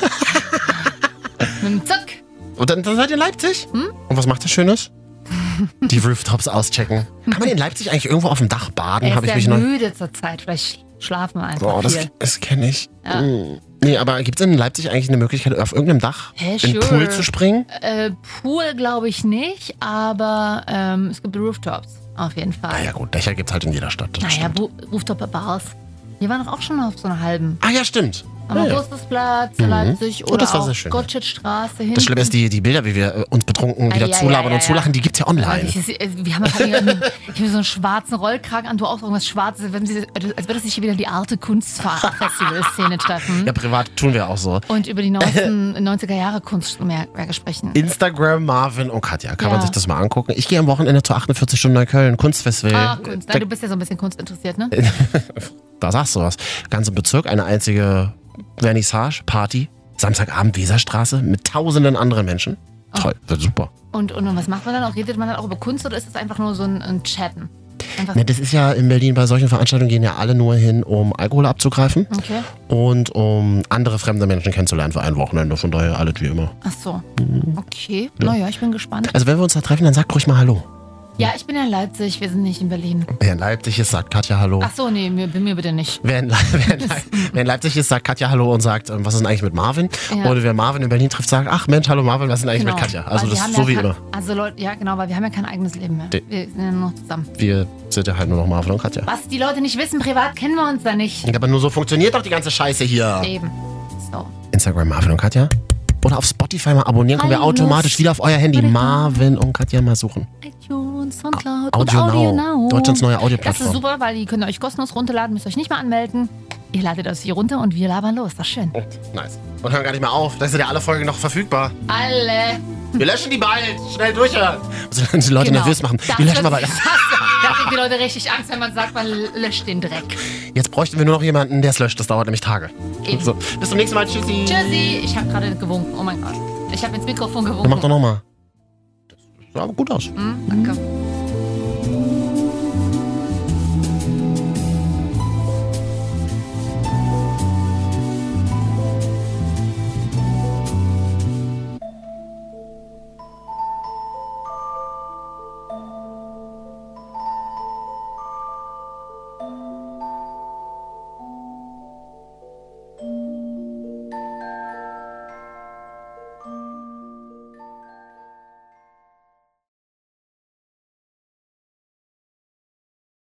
Mit dem Zack. Und dann, dann seid ihr in Leipzig? Hm? Und was macht ihr Schönes? Die Rooftops auschecken. Kann man in Leipzig eigentlich irgendwo auf dem Dach baden, Er habe ist ich sehr mich noch... müde zur Zeit, vielleicht sch- schlafen wir einfach Boah, das, viel. das kenne ich. Ja. Mm. Nee, aber gibt es in Leipzig eigentlich eine Möglichkeit, auf irgendeinem Dach Hä, in den sure. Pool zu springen? Äh, Pool glaube ich nicht, aber ähm, es gibt Rooftops, auf jeden Fall. Naja, gut, Dächer gibt es halt in jeder Stadt. Naja, Bu- Rooftop-Bars. Wir waren doch auch schon auf so einer halben. Ah ja, stimmt. Am Ja, ja. Augustusplatz, Mhm. Leipzig Oh, oder das war auch sehr schön. Gottschedstraße hin. Das Schlimme ist, die, die Bilder, wie wir äh, uns betrunken Ah, wieder ja, ja, zulabern ja, und ja. zulachen, die gibt es ja online. Ich, äh, wir haben ich habe mir so einen schwarzen Rollkragen an, du auch irgendwas Schwarzes, wenn sie- äh, als würde das nicht wieder die Arte Kunstfestival-Szene treffen. Ja, privat tun wir auch so. Und über die 19, 90er Jahre Kunstwerke sprechen. äh, Instagram Marvin und Katja, kann man Ja. sich das mal angucken. Ich gehe am Wochenende zur 48 Stunden Neukölln, Kunstfestival. Ah, Kunst. Da, Nein, du bist ja so ein bisschen kunstinteressiert, ne? da sagst du was. Ganz im Bezirk eine einzige Vernissage, Party, Samstagabend Weserstraße mit tausenden anderen Menschen. Oh. Toll, wird super. Und, und, und was macht man dann auch? Redet man dann auch über Kunst oder ist das einfach nur so ein, ein Chatten? Einfach Ne, das ist ja in Berlin bei solchen Veranstaltungen gehen ja alle nur hin, um Alkohol abzugreifen Okay. und um andere fremde Menschen kennenzulernen für ein Wochenende. Von daher alles wie immer. Ach so. Mhm. Okay. Naja, ich bin gespannt. Also wenn wir uns da treffen, dann sag ruhig mal Hallo. Ja, ich bin ja in Leipzig, wir sind nicht in Berlin. Wer in Leipzig ist, sagt Katja Hallo. Ach so, nee, mir, mir bitte nicht. Wer in, Le- wer, in Le- wer in Leipzig ist, sagt Katja Hallo und sagt, ähm, was ist denn eigentlich mit Marvin? Ja. Oder wer Marvin in Berlin trifft, sagt, ach Mensch, hallo Marvin, was ist denn eigentlich Genau. mit Katja? Also Weil wir das haben ist so ja wie kein- immer. Also Leute, ja genau, weil wir haben ja kein eigenes Leben mehr. Nee. Wir sind ja nur noch zusammen. Wir sind ja halt nur noch Marvin und Katja. Was die Leute nicht wissen, privat kennen wir uns da nicht. Aber nur so funktioniert doch die ganze Scheiße hier. Eben. So. Instagram Marvin und Katja. Oder auf Spotify mal abonnieren, kommen wir Hallo. automatisch wieder auf euer Handy. Marvin und Katja mal suchen. iTunes, Soundcloud Audio und Audio Now. Now. Deutschlands neue Das Audioplattform. ist super, weil die könnt ihr euch kostenlos runterladen, müsst euch nicht mal anmelden. Ihr ladet das hier runter und wir labern los. Das ist schön. Nice. Und hören gar nicht mehr auf. Da sind ja alle Folgen noch verfügbar. Alle. Wir löschen die bald. Schnell durchhören. Also, die Leute Genau. nervös machen. Das Wir löschen mal wird- bald. Das, da kriegen die Leute richtig Angst, wenn man sagt, man löscht den Dreck. Jetzt bräuchten wir nur noch jemanden, der es löscht. Das dauert nämlich Tage. Eben. So. Bis zum nächsten Mal. Tschüssi. Tschüssi. Ich habe gerade gewunken. Oh mein Gott. Ich habe ins Mikrofon gewunken. Dann mach doch nochmal. Das sah gut aus. Hm, danke.